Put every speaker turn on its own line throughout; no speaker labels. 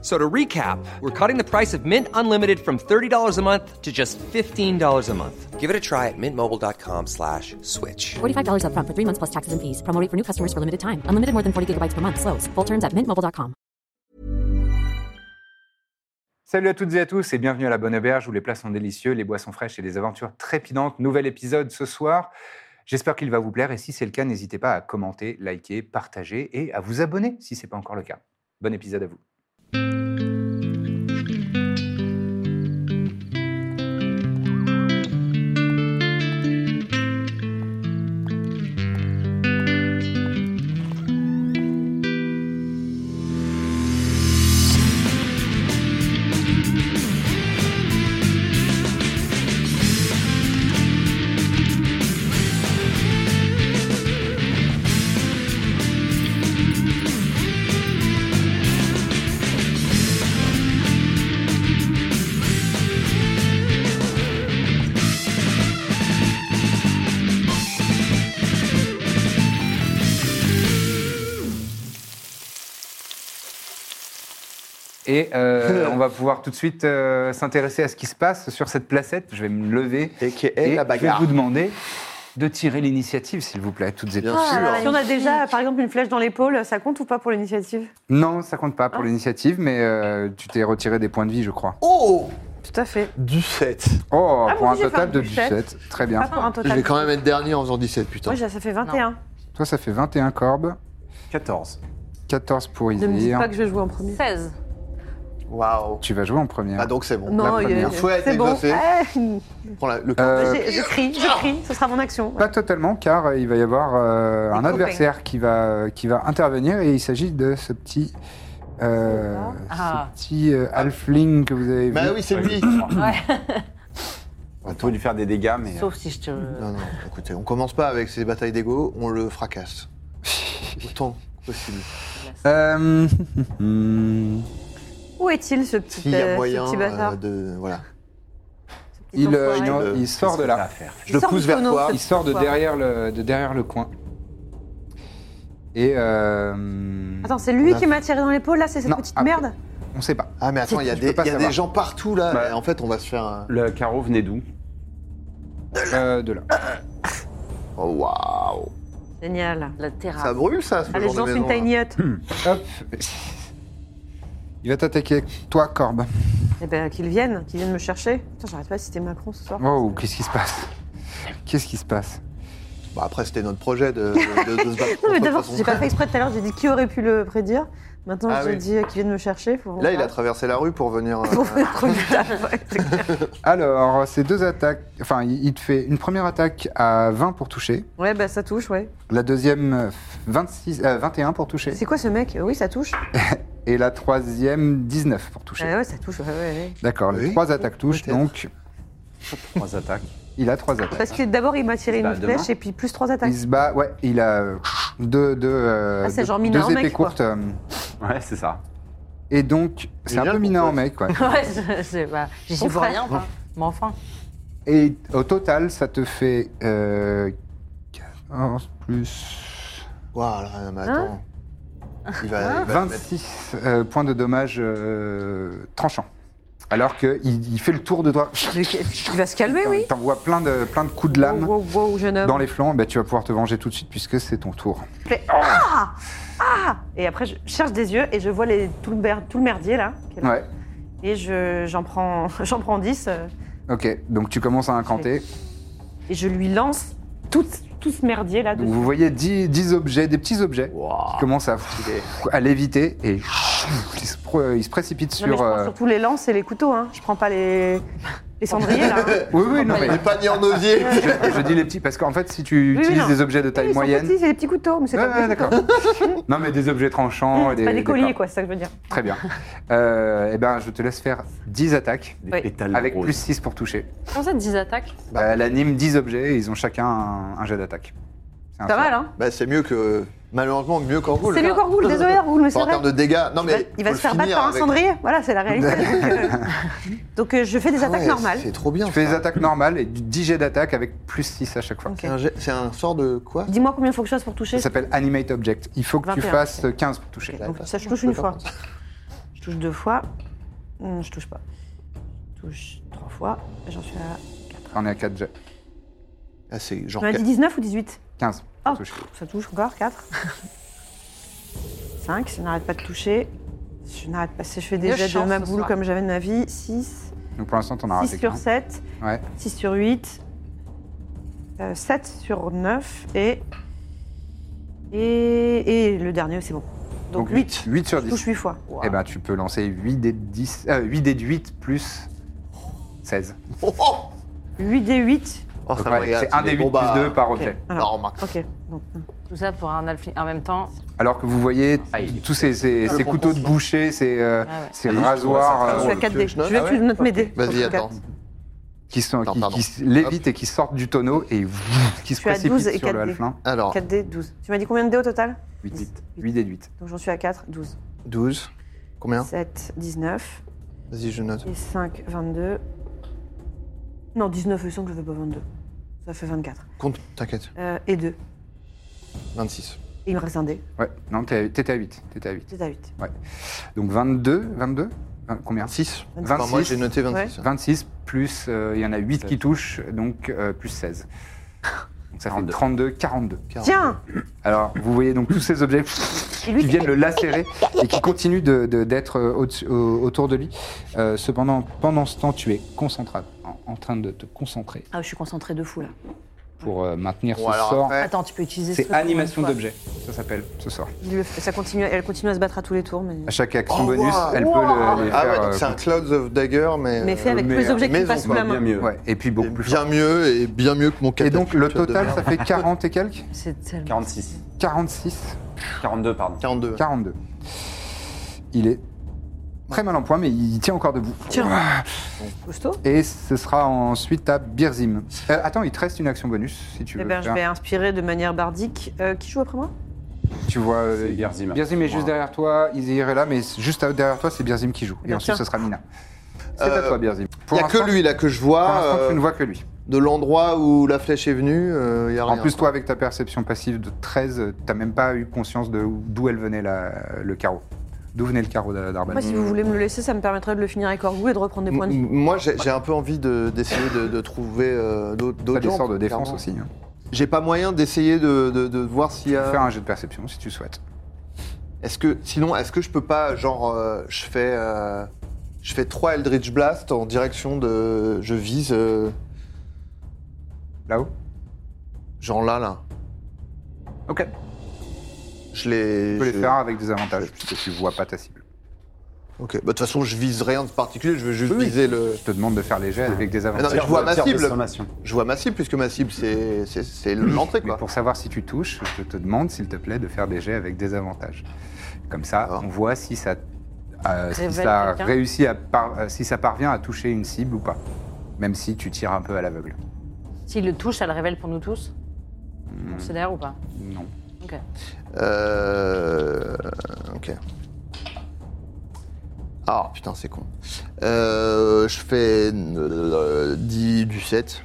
So to recap, we're cutting the price of Mint Unlimited from $30 a month to just $15 a month. Give it a try at mintmobile.com slash switch.
$45 upfront for three months plus taxes and fees. Promo rate for new customers for limited time. Unlimited more than 40 gigabytes per month. Slows. Full terms at mintmobile.com.
Salut à toutes et à tous et bienvenue à la Bonne Auberge où les plats sont délicieux, les boissons fraîches et les aventures trépidantes. Nouvel épisode ce soir. J'espère qu'il va vous plaire et si c'est le cas, n'hésitez pas à commenter, liker, partager et à vous abonner si ce n'est pas encore le cas. Bon épisode à vous. Et euh, on va pouvoir tout de suite euh, s'intéresser à ce qui se passe sur cette placette. Je vais me lever
Et qui est
et
la bagarre.
je vais vous demander de tirer l'initiative, s'il vous plaît, toutes et
Bien
tous.
sûr.
Si on a déjà, par exemple, une flèche dans l'épaule, ça compte ou pas pour l'initiative
Non, ça compte pas pour l'initiative, mais euh, tu t'es retiré des points de vie, je crois.
Ah. Oh
Tout à fait.
Du 7.
Oh,
Ah,
pour
moi
un
aussi, j'ai
total
fait un
de 17. Très bien.
Pas Ah, pour un
Je
total.
vais quand même être dernier en faisant 17, putain.
Moi, j'ai- ça fait 21.
Toi, ça fait 21 corbes,
14.
14 pour
Ne me dites
Izir.
pas que je joue en premier.
16.
Waouh.
Tu vas jouer en première.
Ah donc c'est bon.
Non,
La
il y a-
première
fois, elle
c'est
dit
bon.
que c'est-
Eh,
Prends la- le
Euh,
j'ai- Je crie, je crie, ce sera mon action.
Bah,
Pas totalement, car euh, il va y avoir euh, un
copains.
adversaire qui va, euh, qui va intervenir et il s'agit de ce petit. euh,
Ah.
Ce petit euh, halfling que vous avez vu.
Bah oui, c'est lui.
On peut lui faire des dégâts, mais.
Sauf si je te.
Non, non, écoutez, on commence pas avec ces batailles d'ego, on le fracasse. Autant que possible.
Euh, hum,
Où est-il, ce petit
S'il y a
euh,
moyen
ce petit
euh,
bâtard
de... Voilà.
ce petit
il, euh,
enfoiré
il en-
Euh,
il sort de là.
Je le
sort du
pousse vers
tonneau,
toi.
ce
Il sort de
enfoiré.
derrière le, de derrière le coin. Et. Euh,
Attends, c'est lui
On a-
qui m'a tiré dans l'épaule, là, c'est cette
Non,
petite
ah,
merde
on sait pas.
Ah mais attends, il y a,
Je
des,
peux pas
il y a
savoir.
des gens partout là.
Bah.
Et en fait, on va se faire un...
Le carreau venait d'où
Euh, de là.
Oh waouh.
Génial.
La terrasse.
Ça brûle ça, ce
Allez, je
genre
lance
de
une
maison, hein. Hmm. là.
tiny hut.
Hop. Il va t'attaquer, toi, Corbe.
Eh ben, qu'ils viennent, qu'ils viennent me chercher. Putain, j'arrête pas si c'était Macron ce soir.
Oh, qu'est-ce qui se passe Qu'est-ce qui se passe
Bah, après, c'était notre projet de, de- de se battre.
Non, mais
contre
d'abord,
son
j'ai pas
frère.
fait exprès tout à l'heure, j'ai dit qui aurait pu le prédire. Maintenant,
Ah
j'ai
oui.
dit euh, qu'ils viennent me chercher. Faut
Là,
voir.
il a traversé la rue pour venir... euh,
Pour faire trop de taf, ouais, c'est clair.
Alors, ces deux attaques. Enfin, il il te fait une première attaque à 20 pour toucher.
Ouais, bah ça touche, ouais.
La deuxième, euh, 26, euh, 21 pour toucher.
C'est quoi ce mec Oui, ça touche.
Et la troisième, 19 pour toucher.
Ouais, ouais, ça touche, ouais, ouais, Ah ouais.
D'accord, les
Oui.
trois attaques touchent,
Peut-être.
donc
Trois attaques.
il a trois attaques.
Parce que d'abord, il m'a tiré
Bah,
une
demain.
flèche et puis plus trois attaques.
Il se bat, ouais, il a euh, deux, deux, euh,
Ah, c'est
deux-
genre Mina
deux
en
épées
mec, quoi.
courtes. euh,
Ouais, c'est ça.
Et donc, c'est
Il
un
vient
peu
le
mina en
propose.
mec, ouais.
Ouais, je- je sais pas. J'y suis
Ton
pour
frère.
rien, quoi. Mais enfin.
Et au total, ça te fait euh, 14 plus
Waouh, là, mais
Hein
attends. Il va,
Bah,
il va mettre-
26 euh, points de dommages euh, tranchants. Alors qu'il il fait le tour de toi.
Il va se calmer, Eh oui. Oh,
T'envoies plein de, plein de coups de lame
Wow, wow, wow, jeune homme.
dans les flancs. Bah, tu vas pouvoir te venger tout de suite puisque c'est ton tour.
Et après, je cherche des yeux et je vois les... tout, le ber- tout le merdier, là. qui est là.
Ouais,
Et je- j'en prends... j'en prends 10. euh,
ok. Donc tu commences à incanter.
Et je lui lance tout, tout ce merdier, là.
Donc
dessus.
vous voyez 10, 10 objets, des petits objets qui
Waouh.
commencent à,
Stylé.
à léviter et ils se, pro- ils se précipitent
Non, mais
sur.
je prends
euh,
surtout les lances et les couteaux, hein. Je prends pas les, les cendriers, là. hein.
Oui, oui, non, mais
Les paniers en osier.
je, je dis les petits parce qu'en fait, si tu
Oui, oui,
utilises
non.
des objets de
Oui,
taille
ils sont
moyenne.
petits, C'est des petits couteaux, mais c'est
Ouais,
pas
ouais,
des
d'accord.
couteaux.
non, mais des objets tranchants. et
C'est pas des colliers,
cordes.
quoi, c'est ça que je veux dire.
Très bien. Euh, eh ben, je te laisse faire 10 attaques
Des
Ouais.
pétales
avec
roses.
plus 6 pour toucher. Euh,
Comment ça, 10 attaques
Bah, elle anime 10 objets et ils ont chacun un, un jet d'attaque. C'est un
Pas
sort.
mal, hein
Bah, c'est mieux que Malheureusement, mieux qu'en roule.
C'est mieux qu'en roule, désolé, roule, mais c'est
En
vrai.
termes de dégâts, non
Il va-
mais.
il va
faut
se faire
le
battre
finir
par un
avec-
cendrier. Voilà, c'est la réalité. Donc euh, je fais des
Ah
attaques
ouais,
normales.
C'est trop bien.
Tu fais des
ça.
attaques normales et du 10 jets d'attaque avec plus 6 à chaque fois.
Ok.
C'est un jet- C'est un sort de quoi
Dis-moi combien il faut que je fasse pour toucher.
Ça s'appelle Animate Object. Il faut que tu
21,
fasses 15 pour toucher.
Donc, ça, je touche une fois. Je touche deux fois. Hmm, je touche pas. Je touche trois fois. J'en suis à.
On est à 4 jets.
Ah, c'est
Tu
genre.
m'as dit 19 ou 18
15
Oh,
pour toucher.
ça touche encore, 4. 5, je n'arrête pas de toucher. Je n'arrête pas, je fais des
Deux
jets de
chances
ma
ce
boule
soir.
comme j'avais de ma vie. 6,
Donc pour l'instant, t'en as
6
raté
sur
15.
7,
Ouais.
6 sur 8, 7 sur 9 et, et, et le dernier, c'est bon. Donc, 8.
8 sur
Je
10.
touche 8 fois.
Eh ben, tu peux lancer 8 dés de 10, euh, 8 dés de 8 plus 16.
Oh, oh
8 des 8.
Oh,
Donc,
ça
ouais,
me regarde,
c'est 1
des
dés 8
bons bas.
plus 2 par objet.
Voilà.
Non, Max.
Ok, donc
Tout ça pour un alphi en même temps.
Alors que vous voyez
Ah,
Aïe.
tous ces, ces-
Je
ces
comprends
couteaux de
pas.
boucher, ces, euh,
Ah ouais.
ces
Ah oui, je trouve ça
rasoirs
je
très
euh,
suis à
le
4
pioche,
dés.
non
Je vais
Ah
que tu
ouais
notes mes dés.
Vas-y,
Quatre.
attends.
qui, sont,
Attends,
qui,
pardon.
qui se lévitent et qui sortent du tonneau et qui se
suis à 12
précipitent
et
sur le
4 dés.
halflin.
Alors,
4 dés, 12. Tu m'as dit combien de dés au total
8, 8 dés de 8.
Donc j'en suis à 4, 12.
12. Combien
7, 19.
Vas-y, je note.
Et 5, 22. Non, 19, je sens que je veux pas 22. Ça fait 24.
Compte, t'inquiète.
Euh, et 2.
26.
Et il me reste un dé.
Ouais, non, t'es à- t'étais à 8. T'étais à 8.
C'est à 8.
Donc 22, 22 Vingt- Combien
26. Enfin,
26.
moi, j'ai noté 26.
26 plus, euh, il y en a 8 qui touchent, donc euh, plus 16. Donc ça
42.
fait 32, 42.
Tiens
Alors, vous voyez donc tous ces objets
Et lui-
qui viennent le lacérer et qui continuent de- de- d'être euh, au-dessus- au- autour de lui. Euh, cependant, pendant ce temps, tu es concentré, en, en train de te concentrer
Ah, je suis concentrée de fou là.
pour euh, maintenir
Bon,
ce
alors
sort.
après-
Attends, tu peux utiliser ce
C'est
truc pour
animation
une fois.
d'objet, ça s'appelle ce sort.
il le- ça continue, elle continue à se battre à tous les tours, mais.
À chaque action
Oh,
bonus,
wow.
elle peut le, les
Ah ouais,
faire,
donc c'est
euh,
un Clouds of Dagger, mais.
Mais fait avec
mais-
tous les objets qui
mais
passent
on
sous la
Bien
main.
mieux.
euh, ouais, et puis beaucoup plus
bien mieux et bien mieux que mon
fort. Et
catapulte
donc, le
de
total,
merde.
ça fait 40 et quelques
C'est tellement.
46.
46
42, pardon.
42.
42. Il est très mal en point, mais il tient encore debout.
Costaud
Et ce sera ensuite à Birzim. Euh, attends, il te reste une action bonus, si tu veux.
Eh bien, je
faire.
vais inspirer de manière bardique. Euh, qui joue après moi
Tu vois, euh,
C'est Birzim.
Birzim est juste derrière toi, Izir est là, mais juste derrière toi, c'est Birzim qui joue. Et
bien,
ensuite,
tiens.
ce sera Mina. C'est à
Euh,
toi, Birzim.
Il n'y a que
l'instant-
lui là que je
Pour
vois.
l'instant,
euh,
tu ne vois que lui.
De l'endroit où la flèche est venue, euh, il y a rien.
En plus, toi, avec ta perception passive de 13, euh, t'as même pas eu conscience de où- d'où elle venait la- le carreau. D'où venait le carreau de la
Moi,
d'Arbalète.
si vous voulez me le laisser, ça me permettrait de le finir avec Orgou et de reprendre des
M-
points de vie.
m- moi, j'ai j'ai un peu envie de- d'essayer de, de trouver euh, d'autres
T'as
d'autres
des
gens.
sorts de défense
clairement.
aussi. hein.
J'ai pas moyen d'essayer de, de- de voir s'il y a.
Faire un jet de perception si tu souhaites.
Est-ce que sinon, est-ce que je peux pas genre euh, je fais euh, je fais trois Eldritch Blast en direction de je vise euh,
Là-haut
genre là là.
Ok.
Je les.
Tu peux les
je-
faire avec des avantages puisque tu vois pas ta cible.
Ok. Bah, De toute façon, je vise rien de particulier. Je veux juste
Oui, oui.
viser le.
Je te demande de faire les jets avec des
Mais Ah non, mais
avantages.
je vois ma
Tire de
cible.
sommation.
Je vois ma cible puisque ma cible c'est c'est- c'est l'entrée
Mais
quoi.
pour savoir si tu touches, je te demande s'il te plaît de faire des jets avec des avantages. Comme ça,
Ah.
on voit si ça, euh, si
Révèle
ça
quelqu'un.
réussit à par- euh, si ça parvient à toucher une cible ou pas. Même si tu tires un peu à l'aveugle.
S'il le touche, ça le révèle pour nous tous
Hmm.
On Considère ou pas
Non.
Ok.
Euh... Ok. Ah putain, c'est con. Euh, je fais euh, 10 du 7.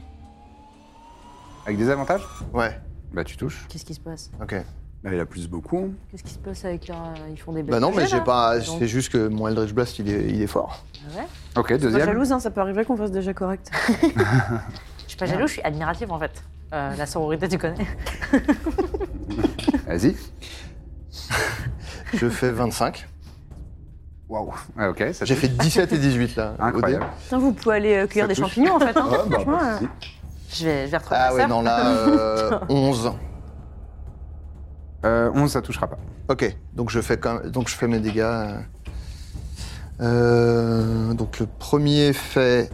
Avec des avantages
Ouais,
Bah tu touches.
Qu'est-ce qui se passe
ok.
Bah, il a plus beaucoup.
Qu'est-ce qui se passe avec leur. euh, Ils font des
Bah non, mais
hein,
j'ai pas. C'est
C'est
juste que mon Eldritch Blast, il est, il est fort.
ouais.
Ok,
Pas
deuxième.
jalouse, hein, ça peut arriver qu'on fasse déjà correct.
Je suis pas jaloux, je suis admirative en fait. Euh, la sororité, tu connais
Vas-y.
Je fais 25.
Waouh. Ouais, Ah, ok, ça
J'ai
touche.
fait 17 et 18 là.
Incroyable.
Putain, vous pouvez aller euh, cueillir
Ça
des
touche.
champignons en fait. Hein,
Ouais, bah,
franchement, euh.
Je vais, je vais retrouver
Ah
ma
ouais,
sœur.
non, là, euh, 11.
Euh, 11, ça touchera pas.
Ok, donc je fais, quand même- donc je fais mes dégâts. euh. Euh, donc le premier fait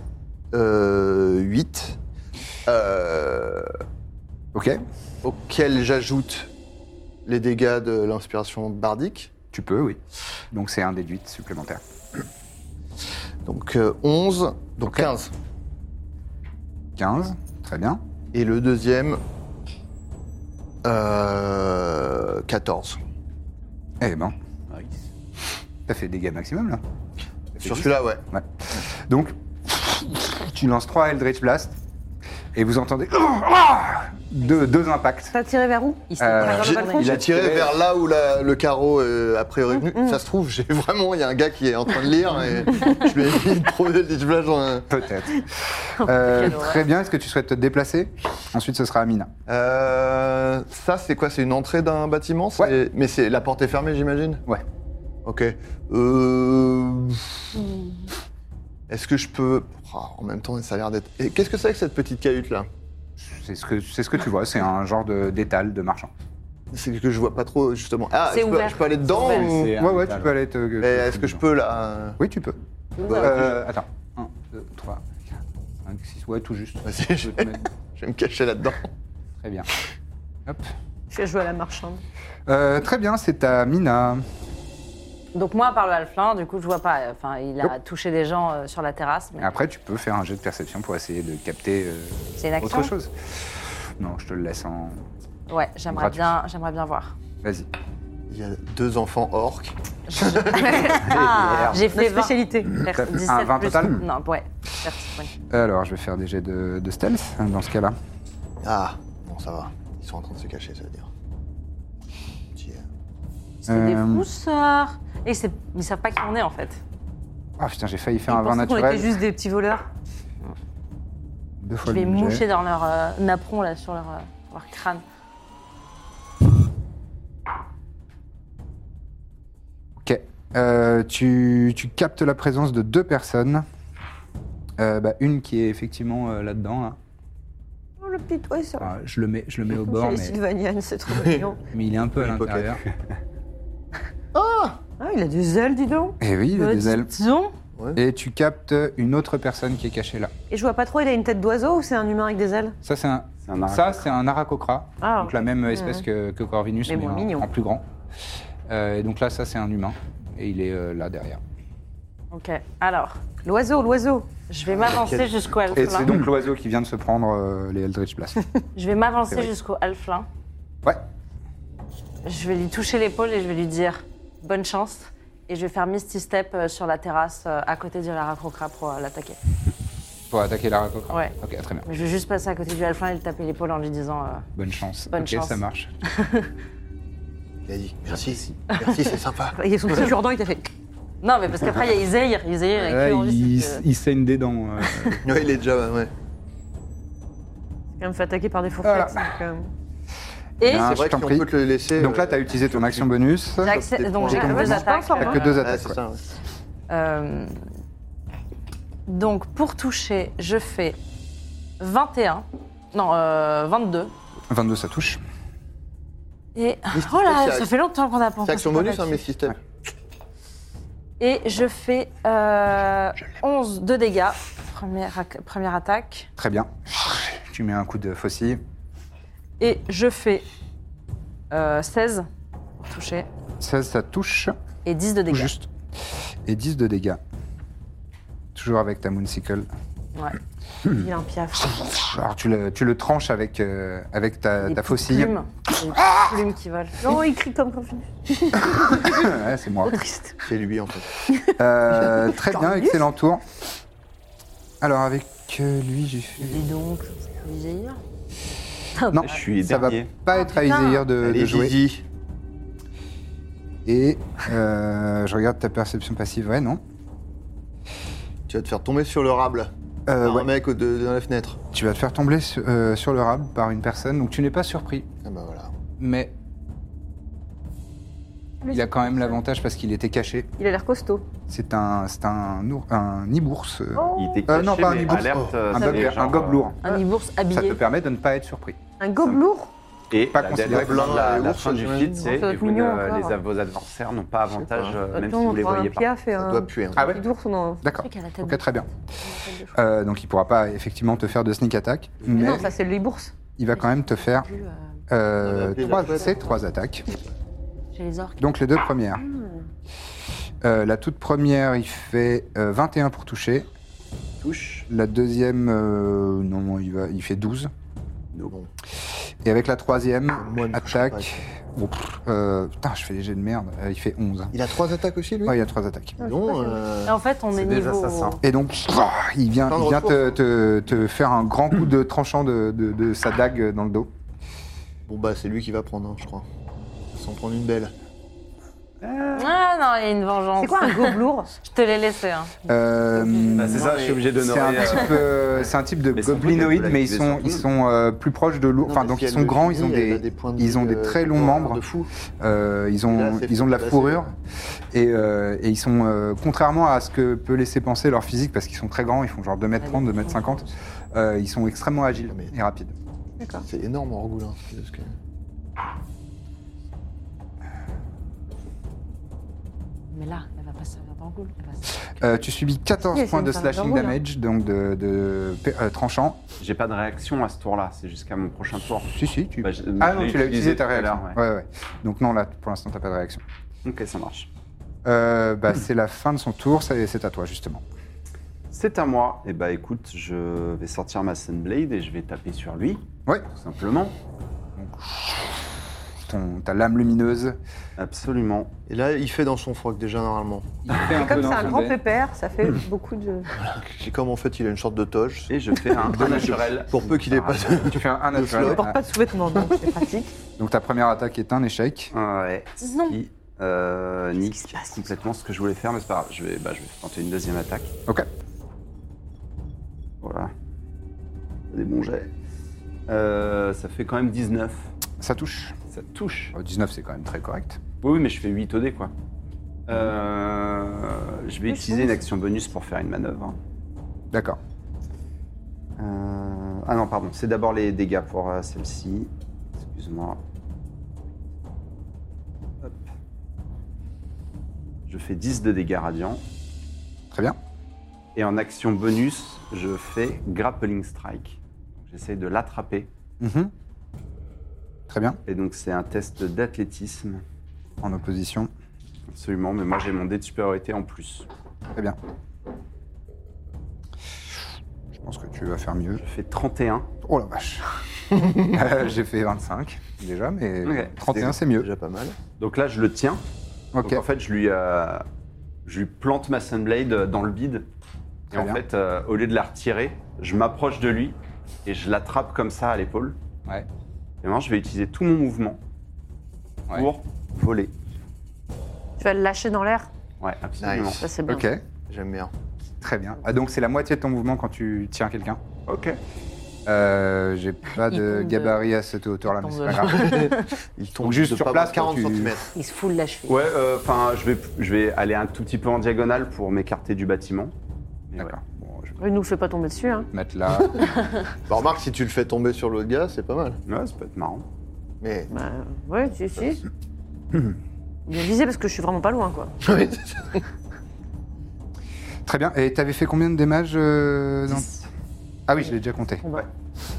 euh, 8. Euh,
Ok,
auquel j'ajoute les dégâts de l'inspiration bardique.
tu peux, oui. Donc c'est un déduit supplémentaire.
Donc euh, 11, donc
Ok.
15.
15, très bien.
Et le deuxième Euh, 14.
Eh ben,
Ah
t'as fait des dégâts maximum là.
Sur celui-là, ouais.
Ouais. Donc, tu lances 3 Eldritch Blast et vous entendez deux, deux impacts.
T'as tiré vers où
Il se
Euh,
prend dans
J'ai-
le balcon.
Il a tiré
tiré-
vers là où la- le carreau euh, a priori
Mm,
est venu. Ça se trouve, j'ai vraiment, il y a un gars qui est en train de lire et je lui ai mis une pro- une blage dans un-
Peut-être. Euh, très bien, est-ce que tu souhaites te déplacer Ensuite, ce sera Amina.
Euh, ça, c'est quoi C'est une entrée d'un bâtiment c'est-
Ouais.
Mais c'est la porte est fermée, j'imagine
Ouais.
Ok. Euh... Est-ce que je peux... Ah, en même temps, ça a l'air d'être... Et Qu'est-ce que c'est que cette petite cahute, là
C'est ce, que- c'est ce que tu vois, c'est un genre de- d'étal de marchand.
C'est que je vois pas trop, justement. Ah,
C'est
je peux,
ouvert.
je peux aller dedans
C'est
ou...
C'est
Ouais,
un
ouais,
étal.
tu peux aller te.
Et Est-ce que je peux, là
Oui, tu peux. Euh, attends. 1, 2, 3, 5, 6. Ouais, tout juste.
Vas-y,
Tu
je
peux te
vais,
mettre-
je vais me cacher là-dedans.
Très bien. Hop.
Je joue à la marchande.
Euh, très bien, c'est à Mina.
Donc moi, par le halflin, du coup, je vois pas. euh, Enfin, il a touché des gens euh, sur la terrasse, mais
Après, tu peux faire un jet de perception pour essayer de capter euh,
c'est une action.
autre chose. Non, je te le laisse en.
Ouais, j'aimerais
Gratuit.
bien, j'aimerais bien voir.
Vas-y.
Il y a deux enfants orques.
Ah, j'ai fait
Notre
20.
spécialité.
Perf-
Mmh. T'as fait un
17
vingt
plus-
total
Non, ouais. Perf- ouais.
Alors, je vais faire des jets de, de stealth hein, dans ce cas-là.
Ah, bon, ça va. Ils sont en train de se cacher, ça veut dire. Petit, euh,
C'est
Euh,
des froussards. Et c'est- ils savent pas qui on est en fait.
Ah putain, j'ai failli faire
Ils
un vin
pensaient qu'on était
naturel.
juste des petits voleurs.
Deux fois
Je vais
le budget.
moucher dans leur euh, napperon là, sur leur, euh, leur crâne.
Ok. Euh, tu, tu captes la présence de deux personnes. Euh, bah, une qui est effectivement euh, là-dedans. Là.
Oh, le petit ouais, ça.
Enfin, Bah, je, le mets, je le mets au
C'est
bord,
les
Ah, mais,
Sylvaniennes, c'est trop mignon.
mais il est un peu à
Pocket.
l'intérieur.
Ah, il a des ailes, dis donc.
Et Eh oui, il a
Euh,
des ailes.
dis donc.
Et tu captes une autre personne qui est cachée là.
Et je vois pas trop, il a une tête d'oiseau ou c'est un humain avec des ailes
Ça, c'est un,
C'est un arc.
ça, c'est un arachocra.
Ah.
Donc la même espèce que, que Corvinus,
Mais
mais,
moins
en-
mignon.
en, plus grand. Euh, et donc là, ça, c'est un humain. Et il est euh, là derrière.
Ok, alors,
L'oiseau, l'oiseau.
je vais m'avancer jusqu'au
Et c'est
halflin.
donc l'oiseau qui vient de se prendre euh, les Eldritch Blast.
Je vais m'avancer jusqu'au halflin.
ouais.
Je vais lui toucher l'épaule et je vais lui dire bonne chance. Et je vais faire Misty Step euh, sur la terrasse euh, à côté du Laracrocra pour euh, l'attaquer.
Pour attaquer l'arachocra.
Ouais.
Ok, très bien.
Mais je vais juste passer à côté du halflin et lui taper l'épaule en lui disant euh,
Bonne chance.
Bonne
ok,
chance.
ça marche.
Il a dit merci. Merci, c'est sympa.
Il est son petit cure-dent, il t'a fait.
Non, mais parce qu'après, il y a Iseir. Iseir avec
Là,
lui, on
Euh, il,
dit, c'est que-
il saigne des dents. euh.
Ouais, il est déjà. Ouais.
Il me fait attaquer par des fourchettes. donc, euh,
Bien,
Et
C'est
Ah, je
vrai
t'en
qu'on
prie.
peut te le laisser.
Donc là,
euh,
tu as utilisé ton action bonus.
j'ai
T'as
accès-
des
donc j'ai
points.
deux
J'ai
attaques.
pas encore,
que deux
Ouais,
attaques.
c'est
ouais.
ça. ouais.
Euh, donc pour toucher, je fais 21. Non, euh, 22.
22, ça touche.
Et
Mais c'est-
oh là,
c'est
ça
ac-
fait longtemps qu'on a pas.
C'est action bonus, hein, Misty Step.
Et je fais euh, 11 de dégâts. Première, ac- première attaque.
Très bien. Tu mets un coup de faucille.
Et je fais euh, 16 pour toucher.
16, ça touche.
Et 10 de
Tout
dégâts.
juste. Et 10 de dégâts. Toujours avec ta Moonsicle.
Ouais.
Il a un piaf.
Alors tu le, tu le tranches avec, euh, avec ta,
Des
ta
petites
faucille.
Plumes, Des petites plumes qui volent.
Non, Oh, il crie comme Corvinus.
Ouais, c'est moi.
C'est lui, en fait.
Euh, très bien, excellent tour. Alors avec euh, lui, j'ai fait.
Dis donc, Iséir.
Non,
Je suis
ça va
dernier.
pas être à Iséir de, de
Allez,
jouer.
Zizi.
Et euh, je regarde ta perception passive, ouais, non
Tu vas te faire tomber sur le rable.
Euh,
Par
ouais.
Un mec au- de- dans la fenêtre.
Tu vas te faire tomber sur, euh, sur le rab par une personne, donc tu n'es pas surpris,
Ah bah voilà.
mais. Il a quand même l'avantage parce qu'il était caché.
Il a l'air costaud.
C'est un, c'est un, ours- un ibours. euh,
Oh.
Il était
Euh,
caché,
non, pas un
mais
hiboux.
alerte. euh,
un,
c'est
gobelet-
genre,
un gobe lourd.
Un ibours
Ça
habillé.
te permet de ne pas être surpris.
Un gobelour
euh, Et
Pas
la,
considéré
dernière-
comme
la-
blanc
la,
et ours,
fin du
j'imagine.
feed,
Ça
c'est
doit être
vous
mignon
ne-
encore.
les, vos adversaires n'ont pas avantage, euh, même si
on
vous les
prend
voyez
un
pas.
piaf et
Ça
un.
doit puer. hein.
Ah ouais
gobelour sont dans-
D'accord.
Truc à la tête
Ok, très bien. Euh, donc il pourra pas effectivement te faire de sneak attack, mais
Non, ça c'est les bourses.
il va quand même te faire
de- euh,
On a
euh,
appelé
trois,
la-
c'est trois attaques.
Chez les orques.
Donc les deux premières.
Hmm.
Euh, la toute première, il fait euh, 21 pour toucher.
Touche.
La deuxième, euh, non, non, il, va, il fait 12.
Bon.
Et avec la troisième
Moi, il me touche pas.
ah, attaque. Oh, pff, euh, putain, je fais des jets de merde. Euh, Il fait 11.
Il a trois attaques aussi, lui
Ouais, il y a trois attaques.
Non, euh,
Et en fait, on est,
C'est des
niveau.
assassins.
Et donc, pouah, il vient,
Plein de
il vient te,
retours.
te- te faire un grand coup de tranchant de, de- de sa dague dans le dos.
Bon, bah, c'est lui qui va prendre, hein, je crois. Il s'en prendre une belle.
Ah non, il y a une vengeance.
C'est quoi un gobelour
Je te l'ai laissé. Hein.
Euh,
Bah, c'est ça, je suis obligé
c'est un,
d'honorer. euh,
type, euh, c'est un type de
Mais sans doute, elle peut
goblinoïde, mais ils
l'activer
sont,
sur
ils
tout.
sont euh, plus proches de l'eau.
Non,
Enfin,
mais
donc
si
ils
elle
sont
le
grands, ils
finit,
ont
elle a
des,
points de
ils ont
vie,
des
euh,
très
de
longs
pouvoir
membres.
De fou.
Euh, ils ont,
Là, c'est-
ils ont de la
là, c'est-
fourrure et, euh, et ils sont, euh, contrairement à ce que peut laisser penser leur physique, parce qu'ils sont très grands, ils font genre 2m30, 2m50, euh, ils sont extrêmement agiles
Mais-
et rapides.
D'accord.
C'est énorme, Orgoulin. ce que-
Mais là, elle va pas se servir d'angoule. elle va se-
Euh, tu subis 14
Oui, c'est
points
une
de
sorte de
slashing
roule, hein.
damage, donc de, de pe- euh, tranchant.
J'ai pas de réaction à ce tour-là, c'est jusqu'à mon prochain tour.
Si, si, tu.
Bah, je-
ah
je
non,
l'ai
tu l'as utilisé ta
tout à
réaction.
l'heure,
Ouais, ouais. Donc non, là, pour l'instant, t'as pas de réaction.
ouais. Ok, ça marche.
Euh,
Hmm.
bah, c'est la fin de son tour, c'est c'est à toi, justement.
C'est à moi. Et bah écoute, je vais sortir ma Sunblade et je vais taper sur lui,
Ouais,
tout simplement.
ton, ta lame lumineuse.
Absolument.
Et là, il fait dans son froc déjà normalement.
Et Comme c'est un grand pépère, ça fait beaucoup de.
Et comme en fait, il a une sorte de toge.
Et je fais un, un naturel.
Pour peu qu'il ait pas de.
Ah.
Tu fais un, un
Il
naturel.
ne porte pas de sous-vêtements, donc c'est pratique.
Donc ta première attaque est un échec.
Ouais.
Non.
Qui euh, nique complètement ce que je voulais faire, mais c'est pas grave. Je vais, bah, je vais tenter une deuxième attaque.
Ok.
Voilà. Des bons jets. Euh, ça fait quand même 19.
Ça touche.
Ça touche.
Oh, 19, c'est quand même très correct.
Oui, oui, mais je fais 8 OD, quoi. Euh, je vais utiliser une action bonus pour faire une manœuvre. hein.
D'accord.
Euh, ah non, pardon. C'est d'abord les dégâts pour euh, celle-ci. Excuse-moi. Hop. Je fais 10 de dégâts radiants.
Très bien.
Et en action bonus, je fais grappling strike. Donc, J'essaye de l'attraper.
Mhm. Très bien.
Et donc c'est un test d'athlétisme.
En opposition.
Absolument, mais moi j'ai mon dé de supériorité en plus.
Très bien. Je pense que tu vas faire mieux.
Je fais 31.
Oh la vache. Euh, J'ai fait 25 déjà, mais
Ok.
31 c'est
C'est
mieux.
déjà pas mal.
Donc là je le tiens.
Ok.
Donc en fait je lui, euh, je lui plante ma Sunblade euh, dans le bide. Et
Très
en
bien.
fait, euh, au lieu de la retirer, je m'approche de lui et je l'attrape comme ça à l'épaule.
Ouais.
Et maintenant je vais utiliser tout mon mouvement
Ouais.
pour voler.
Tu vas le lâcher dans l'air
Ouais, absolument.
Nice.
Ça, c'est bien.
Ok.
J'aime bien.
Très bien. Ah, donc c'est la moitié de ton mouvement quand tu tiens quelqu'un.
Ok.
Euh, J'ai pas
Il
de
tombe de-
gabarit à cette hauteur-là,
il
mais c'est
tombe
pas
de-
grave.
Il tombe
Donc juste
de
sur
pas
place,
moins de 40
quand tu-
cm.
Il se fout de la cheville.
Ouais, euh, enfin, je, vais, je vais aller un tout petit peu en diagonale pour m'écarter du bâtiment. Mais
D'accord.
voilà.
Bon, je vais
Il nous fait pas tomber dessus. Hein.
te mettre là.
Bah, remarque, si tu le fais tomber sur l'autre gars, c'est pas mal.
Ouais, ça peut être marrant.
Mais.
Bah, ouais, si, si. Bien visé parce que je suis vraiment pas loin, quoi.
Très bien. Et t'avais fait combien de dégâts euh, dans- Ah oui, je l'ai déjà compté.
Combat.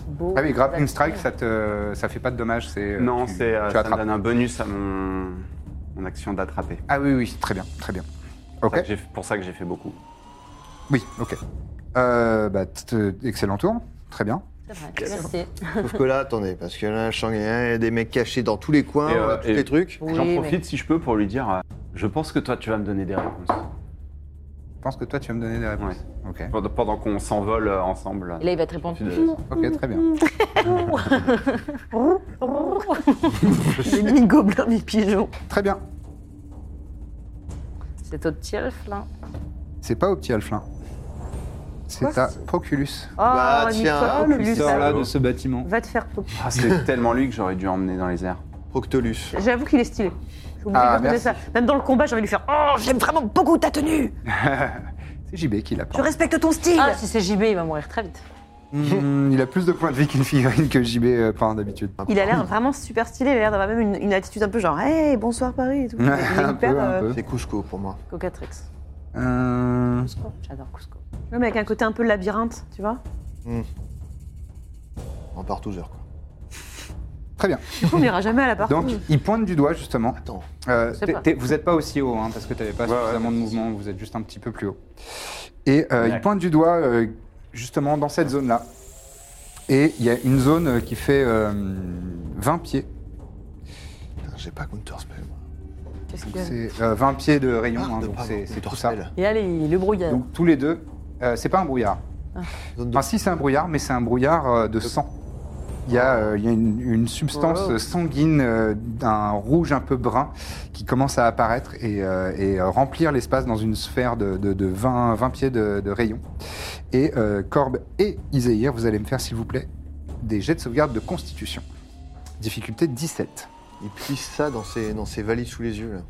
Beau.
Ah oui, grappling strike, ça te, ça fait pas de dommage, c'est. euh,
non,
tu-
c'est, euh,
tu
ça me
attrapes.
donne un bonus à mon, mon action d'attraper.
Ah oui, oui, très bien, très bien. Ok.
C'est pour ça que j'ai fait beaucoup.
Oui, ok. Euh, bah, t- euh, excellent tour, très bien.
C'est vrai. Merci.
Sauf que là, attendez, parce que là, Shang, il y a des mecs cachés dans tous les coins,
Et,
on a
euh,
tous
et-
les trucs.
Oui,
J'en
mais-
profite si je peux pour lui dire euh, Je pense que toi, tu vas me donner des réponses.
Je pense que toi, tu vas me donner des réponses. Ok.
Pendant, pendant qu'on s'envole euh, ensemble.
Et là, il va te répondre.
Tu dois-
Ok, très bien.
J'ai mis gobelin, mis pigeon.
Très bien.
C'est au petit elfe, là.
C'est pas au petit Alflin. C'est à Proculus.
Oh,
Bah, tiens,
Nicolas, le
il
luxe.
sort, là. de
ce bâtiment.
Va te faire tout.
Ah, c'est tellement lui que j'aurais dû emmener dans les airs.
Proctolus.
J'avoue qu'il est stylé. J'ai oublié
Ah,
de reconnaître ça.
merci.
Même dans le combat, j'ai envie de lui faire Oh, j'aime vraiment beaucoup ta tenue
C'est JB qui l'a pas.
Je respecte ton style
Ah, si c'est JB, il va mourir très vite.
Hmm, il a plus de points de vie qu'une figurine que JB euh, peint d'habitude.
Il a l'air vraiment super stylé, il a l'air d'avoir même une, une attitude un peu genre Hey, bonsoir Paris et tout. Il est
un peu,
hyper,
un
euh,
peu.
C'est Cusco pour moi.
Cocatrix.
Euh,
Cusco. J'adore Cusco.
ouais, mais avec un côté un peu labyrinthe, tu vois.
En partouzeur, quoi.
Très bien.
Du coup, on n'ira jamais à la partie.
Donc, il pointe du doigt, justement.
Attends.
Euh,
C'est
t'es-
pas-
t'es- vous n'êtes pas aussi haut, hein, parce que tu n'avez pas
Ouais, ouais.
suffisamment de mouvement, vous êtes juste un petit peu plus haut. Et euh, il
Ouais.
pointe du doigt, euh, justement, dans cette zone-là. Et il y a une zone euh, qui fait euh, 20 pieds.
Putain, J'ai pas counter spell. moi.
Qu'est-ce qu'il y a
C'est euh, 20 pieds de rayon,
Ah,
hein,
de
donc
pas
c'est
avoir
c'est
counter
tout ça.
spell.
Et allez, le brouillard.
Donc tous les deux, euh, c'est pas un brouillard.
Zone de-
Enfin si c'est un brouillard, mais c'est un brouillard euh, de sang. Il y a, euh, il y a une, une substance
Wow.
sanguine euh, d'un rouge un peu brun qui commence à apparaître et, euh, et, euh, remplir l'espace dans une sphère de, de- de 20, 20 pieds de, de rayon. Et euh, Corbe et Iséir, vous allez me faire s'il vous plaît des jets de sauvegarde de constitution. Difficulté 17.
Il plisse ça dans ses, dans ses valises sous les yeux. Là.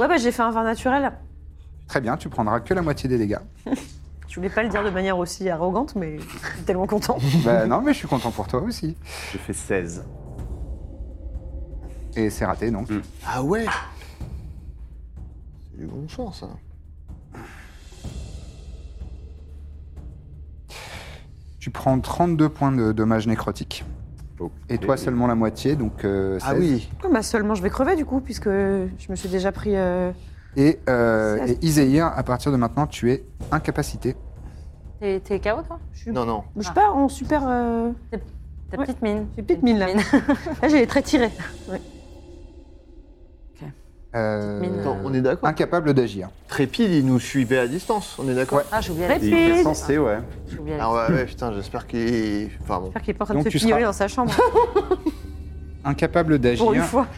Ouais, bah j'ai fait un vin naturel.
Très bien, tu prendras que la moitié des dégâts.
Je voulais pas le dire de manière aussi arrogante, mais je suis tellement content.
bah, non mais je suis content pour toi aussi.
Je fais 16.
Et c'est raté donc.
Ah ouais C'est du bon sens, ça.
Tu prends 32 points de dommages nécrotiques.
Ok.
Et toi seulement la moitié, donc euh,
Ah
16.
oui
Ouais, bah seulement je vais crever du coup, puisque je me suis déjà pris. euh,
Et, euh,
Ça-
et Iséir, à partir de maintenant, tu es incapacité.
T'es t'es KO, toi
je suis...
Non, non.
Je suis pas en super. euh,
Ah. T'as
Ouais.
petite mine.
J'ai petite mine là. Ah, Là, j'ai les traits tirés. Ouais.
Euh,
Mine.
Attends, on est d'accord
incapable d'agir.
Trépide, il nous suivait à distance, on est d'accord
Ah, j'ai oublié
Il
Alex.
était
Rapide.
censé, ouais.
J'ai oublié Alex.
Ah ouais, ouais, putain, j'espère qu'il. Enfin bon.
J'espère qu'il est pas en train
Donc,
de
tu
se pioler
seras-
dans sa chambre
Incapable
pour une
d'agir.
fois.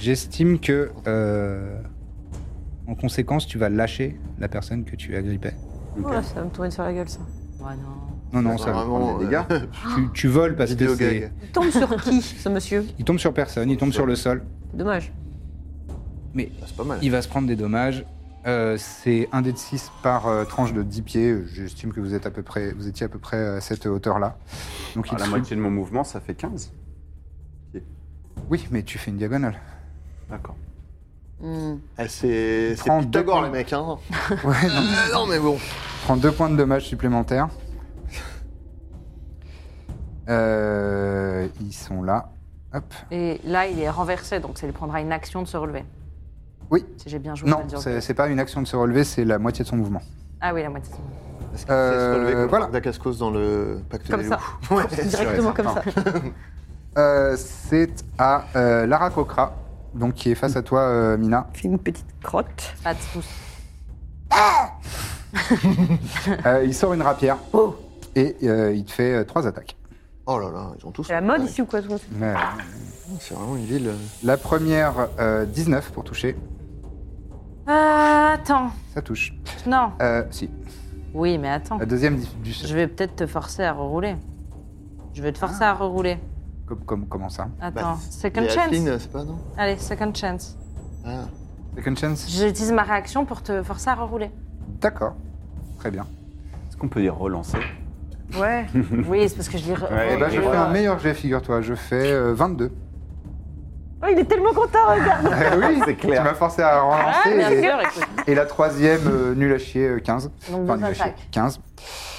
J'estime que, euh, en conséquence, tu vas lâcher la personne que tu agrippais.
Ok.
Ouais, ça va me tourner sur la gueule ça.
Ouais, non.
Non, non, ça va
Vraiment,
prendre des dégâts. Tu, tu voles parce que
Vidéo
c'est...
gag.
Il tombe sur qui ce monsieur
Il tombe sur personne, il tombe sur le sol.
Dommage.
Mais
Ah, C'est pas mal.
il va se prendre des dommages. Euh, c'est un dé de 6 par euh, tranche de 10 pieds. J'estime que vous, êtes à peu près, vous étiez à peu près à cette hauteur-là. Donc
Ah,
il
la
se-
moitié de mon mouvement, ça fait 15.
Oui, mais tu fais une diagonale.
D'accord.
Eh, c'est c'est
Prends deux
Pythagore,
points.
les mecs, hein.
Ouais, non.
Euh, non, mais bon.
Prends deux points de dommage supplémentaires. Euh, ils sont là. Hop.
Et là, il est renversé, donc ça lui prendra une action de se relever.
Oui.
Si j'ai bien joué.
Non,
ça dure-
c'est c'est pas une action de se relever, c'est la moitié de son mouvement.
Ah oui, la moitié.
Est-ce qu'il sait se relever
Euh,
comme
voilà.
Marc Dacascos dans le pacte
Comme
des
ça.
loups Ouais.
Directement comme ça.
Euh, c'est à euh, Lara Kokra, donc qui est face à toi, euh, Mina.
Fais une petite crotte.
Pas de pouce.
Euh, il sort une rapière et euh, il te fait euh, trois attaques.
Oh là là, ils ont tous.
C'est la mode ici ou quoi tout ça
Mais, euh,
C'est vraiment une ville. euh,
la première, euh, 19 pour toucher,
Ah, attends.
ça touche.
Non.
Euh, si.
Oui, mais attends.
La deuxième du- du
Je vais peut-être te forcer à rerouler. Je vais te forcer à rerouler.
comme, comme- comment ça
Attends.
Bah,
second
Les
chance.
Halflings, c'est pas, non
Allez, second chance.
Ah.
Second chance
J'utilise ma réaction pour te forcer à rerouler.
D'accord. Très bien.
Est-ce qu'on peut dire relancer
Ouais.
oui, c'est parce que je l'ai. re-
Ouais,
Eh ben, je
Ouais.
fais un meilleur jet, figure-toi. Je fais euh, 22.
Oh, il est tellement content, regarde
Eh oui, c'est
clair.
Tu m'as forcé à
Ah,
relancer.
bien
et-
sûr, écoute.
et, la troisième, euh, nul à chier, euh, 15.
Donc,
Enfin,
deux
nul à chier,
attaques.
15.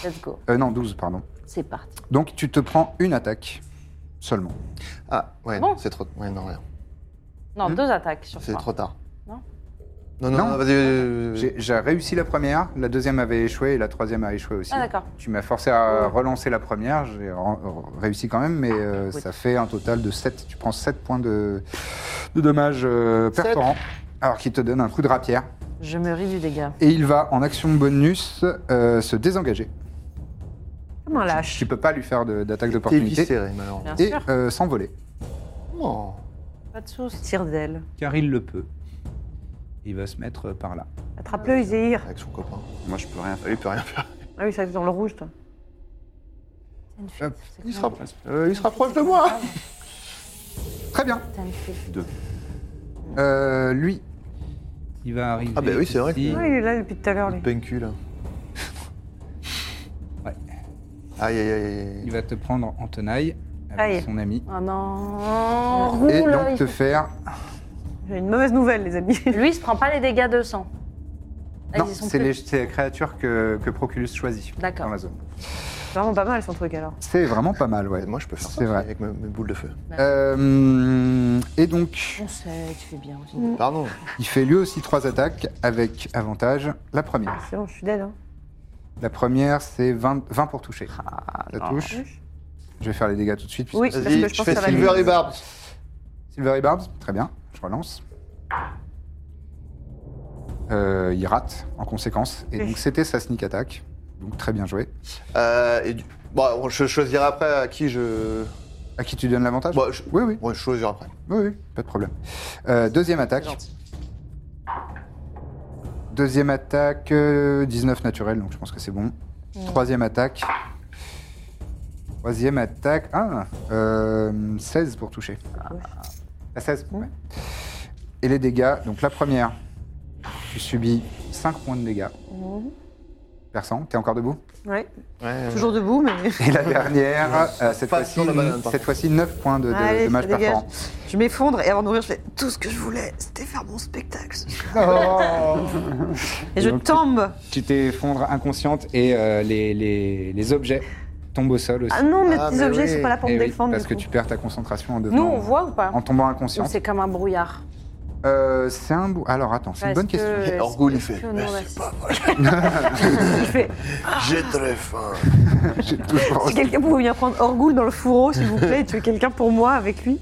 Let's go.
Euh, non, 12, pardon.
C'est parti.
Donc, tu te prends une attaque seulement.
Ah, ouais,
Bon.
non, c'est trop. Ouais, non, rien.
Hein
Non, deux attaques sur
C'est
trois.
trop tard.
Non.
Non, non,
Non.
non, vas-y, vas-y. vas-y.
Euh, J'ai j'ai réussi la première, la deuxième avait échoué et la troisième a échoué aussi.
Ah, d'accord.
Tu m'as forcé à relancer la première, j'ai ren- réussi quand même, mais euh,
Ah, Oui.
ça fait un total de 7. Tu prends 7 points de, de dommages euh,
Sept.
perforants, alors qu'il te donne un coup de rapière.
Je me ris du dégât.
Et il va, en action bonus, euh, se désengager.
Comme un lâche.
Tu peux pas lui faire de- d'attaque
T'es
d'opportunité
viscéré, malheureusement. Oh,
Bien
et
sûr.
euh, s'envoler.
Non.
Pas de soucis.
Tire d'elle.
Car il le peut. Il va se mettre par là.
Attrape-le, Iséir.
Avec son copain.
Moi, je peux rien
Ah,
faire.
il peut rien faire.
Ah oui, ça c'est dans le rouge, toi.
T'as une fuite.
Hop,
C'est
Il se,
quoi
rapp- euh, il se rapproche de moi.
Très bien.
T'as une fuite.
Euh, lui. Il va arriver.
Ah bah oui, c'est vrai
ici.
Ouais, il est là depuis tout à l'heure,
Il
lui.
te peigne cul, là.
Ouais.
Aïe, aïe, aïe,
Il
aïe.
va te prendre en tenaille avec
Aïe.
son ami.
Ah
Oh non
et
Roule,
donc
il
te
faut-
faire.
J'ai une mauvaise nouvelle, les amis.
Lui, il se prend pas les dégâts de sang. Ah,
Non,
ils y sont
c'est
plus.
les, c'est la créature que, que Proculus choisit
D'accord.
dans la zone.
C'est vraiment pas mal son truc alors.
C'est vraiment pas mal, ouais.
Ouais, Moi, je peux faire ça.
C'est vrai.
Avec mes, mes boules de feu.
Euh, et donc,
On sait, tu fais bien. tu-
Pardon.
il fait lui aussi trois attaques avec avantage. La première.
C'est bon, je suis dead. Hein.
La première, c'est 20, 20 pour toucher. Ça
non.
touche. Je vais faire les dégâts tout de suite. puisque-
Oui, parce que
Vas-y,
je
je
pense que
fais
ça va
Silver
aller.
et Barbs.
Silvery Barbs, très bien, je relance. Euh, il rate en conséquence. Et donc c'était sa sneak attack. Donc très bien joué.
Euh, et du- Bon, je choisirai après à qui je.
À qui tu donnes l'avantage
Bon, je...
Oui, oui,
bon, je choisirai après.
oui, oui, pas de problème. Euh, deuxième attaque. Deuxième attaque, euh, 19 naturel, donc je pense que c'est bon. Troisième attaque. Troisième attaque, ah, euh, 16 pour toucher. Ah, 16, ouais. Et les dégâts, donc la première, tu subis 5 points de dégâts. Persan, t'es encore debout
Ouais.
Ouais.
Toujours debout, mais.
Et la dernière, euh, cette
Pas
fois-ci,
sur la banane, par
cette fois-ci 9 points de, de,
Allez,
dommages
ça dégage.
perforants.
Je m'effondre et avant de mourir, je fais tout ce que je voulais, c'était faire mon spectacle.
Oh.
et je
Donc,
tombe.
Tu t'effondres inconsciente et euh, les, les- les objets tombent au sol aussi.
Ah non, mes
Ah,
petits
mais
objets,
oui.
ils sont pas là pour
Eh
me
oui,
défendre.
parce
du
que
coup.
tu perds ta concentration en
Nous,
devenant,
on voit ou pas
en tombant
Ou
inconsciente.
c'est comme un brouillard
Euh, c'est un bou- Alors attends, c'est une
Parce
bonne
que-
question.
est-ce-
Orgoul, il
est-ce
fait,
que
eh,
mais
non,
c'est
bah,
pas
si.
J'ai très faim.
J'ai toujours-
Si quelqu'un pouvait venir prendre Orgoul dans le fourreau, s'il vous plaît, et tuer quelqu'un pour moi avec lui.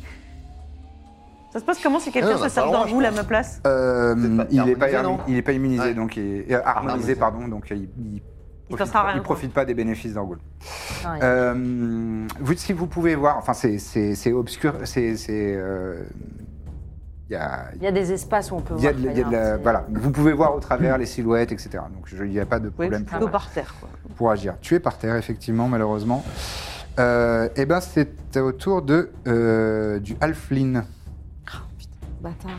Ça se passe comment si
Ah,
quelqu'un
on a
se
pas
sert
le droit,
d'Orgoul
je
à ma place
Euh,
C'est pas-
il n'est
harmonisé,
pas,
non
il est pas immunisé,
Ouais.
donc il, euh, harmonisé,
Harmonisé.
pardon, donc il, il
Il
profite,
passera rien,
il
quoi.
profite pas des bénéfices d'Orgul.
Ah, ouais.
Euh, vous, si vous pouvez voir, enfin c'est- c'est c'est obscur, c'est c'est, euh, il y a
Il y a des espaces où on peut
Il y a
voir.
de, la-
le
il y a de la-
Feyard, c'est-
voilà, vous pouvez voir au travers les silhouettes, etc. Donc je- il n'y a pas de
Oui,
problème
plutôt par terre, quoi.
pour, pour agir. Tu es par terre, effectivement, malheureusement. Euh, eh ben, c'est au tour de, euh, du Halfling.
Oh, Bâtard. Putain,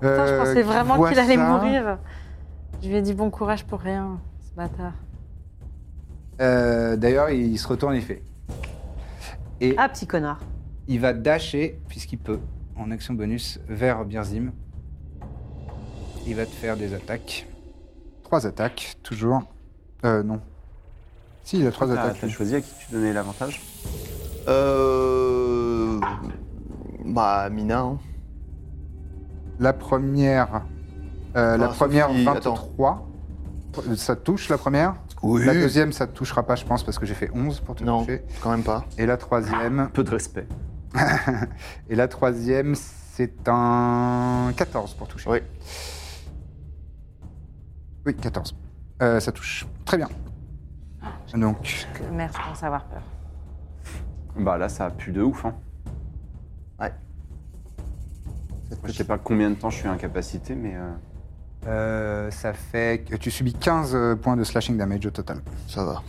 Bah, je
Euh,
pensais
qui
vraiment
voit
qu'il allait
ça.
mourir. Je lui ai dit bon courage pour rien, ce bâtard.
Euh, D'ailleurs, il se retourne, il fait. Et
Ah, petit connard.
il va dasher, puisqu'il peut, en action bonus, vers Birzim. Il va te faire des attaques. Trois attaques, toujours. Euh, non. Si, il a trois
T'as
attaques.
Ah, t'as choisi à qui tu donnais l'avantage
Euh. Bah, Mina. hein.
La première. euh, la
Ah,
première,
Sophie,
23. Ça te touche la première
Oui.
La deuxième, ça te touchera pas, je pense, parce que j'ai fait 11 pour te
Non,
toucher.
quand même pas.
Et la troisième.
Peu de respect.
Et la troisième, c'est un 14 pour toucher.
Oui.
Oui, 14. Euh, ça touche. Très bien. Donc,
Que- Merde, je commence à avoir peur.
Bah là, ça pue de ouf. Hein. Moi, je sais pas combien de temps je suis incapacité, mais euh,
euh, ça fait que tu subis 15 points de slashing damage au total.
Ça va.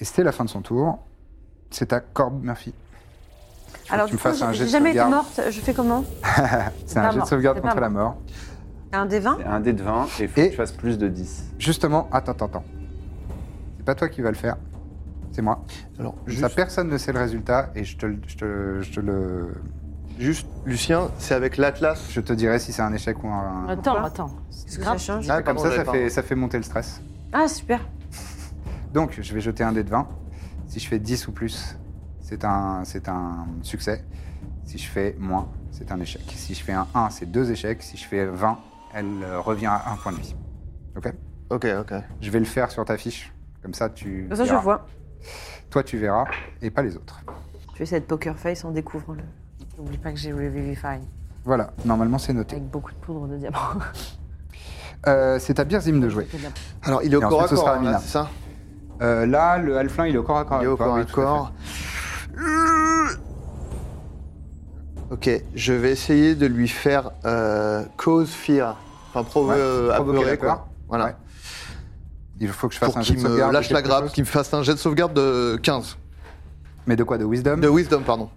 Et c'était la fin de son tour. C'est à Corb Murphy. Faut
Alors,
que
du
tu
coup,
me fasses un jet
j'ai j'ai
de
jamais été
sauvegarde.
morte. Je fais comment
C'est un
Pas
jet de
mort,
sauvegarde
c'est pas
contre la mort.
Un des 20
c'est un dé de 20 et faut
Et-
que tu fasses plus de 10.
Justement, attends, attends, attends. C'est pas toi qui vas le faire, c'est moi.
Alors,
Ça,
juste,
personne ne sait le résultat et je te, le- je te, je te le.
juste, Lucien, c'est avec l'Atlas.
Je te dirai si c'est un échec ou un.
Attends, attends.
Qu'est-ce que ça change
Ah,
Comme
pardon,
ça, ça
j'avais pas.
fait, ça fait monter le stress.
Ah, super.
Donc, je vais jeter un dé de 20. Si je fais 10 ou plus, c'est un, c'est un succès. Si je fais moins, c'est un échec. Si je fais un 1, c'est deux échecs. Si je fais 20, elle euh, revient à un point de vie. Ok
Ok, ok.
Je vais le faire sur ta fiche. Comme ça, tu.
Comme ça, je
verras.
vois.
Toi, tu verras et pas les autres.
Je vais essayer de poker face en découvrant le.
N'oublie pas que j'ai Revivify
Voilà, normalement, c'est noté.
avec beaucoup de poudre de diamant.
Euh, c'est à Birzim de jouer.
Alors, il
Et
est au corps à
ensuite, ce
corps,
sera
hein,
Mina.
là, c'est ça
Euh, là, le Halfling, il est au corps à corps.
Il est au
avec toi,
corps
Ah, oui,
à
tout à
corps. Ok, je vais essayer de lui faire euh, cause fear. Enfin, provo
Ouais,
euh,
provoquer
apeurer,
la peur.
quoi. Voilà.
Ouais. fait. Il faut que je fasse
Pour
un jet
qu'il
de
me
sauvegarde.
lâche
de
la
quelque
grappe,
chose.
qu'il me fasse un jet de sauvegarde de 15.
Mais de quoi De Wisdom
De wisdom, pardon.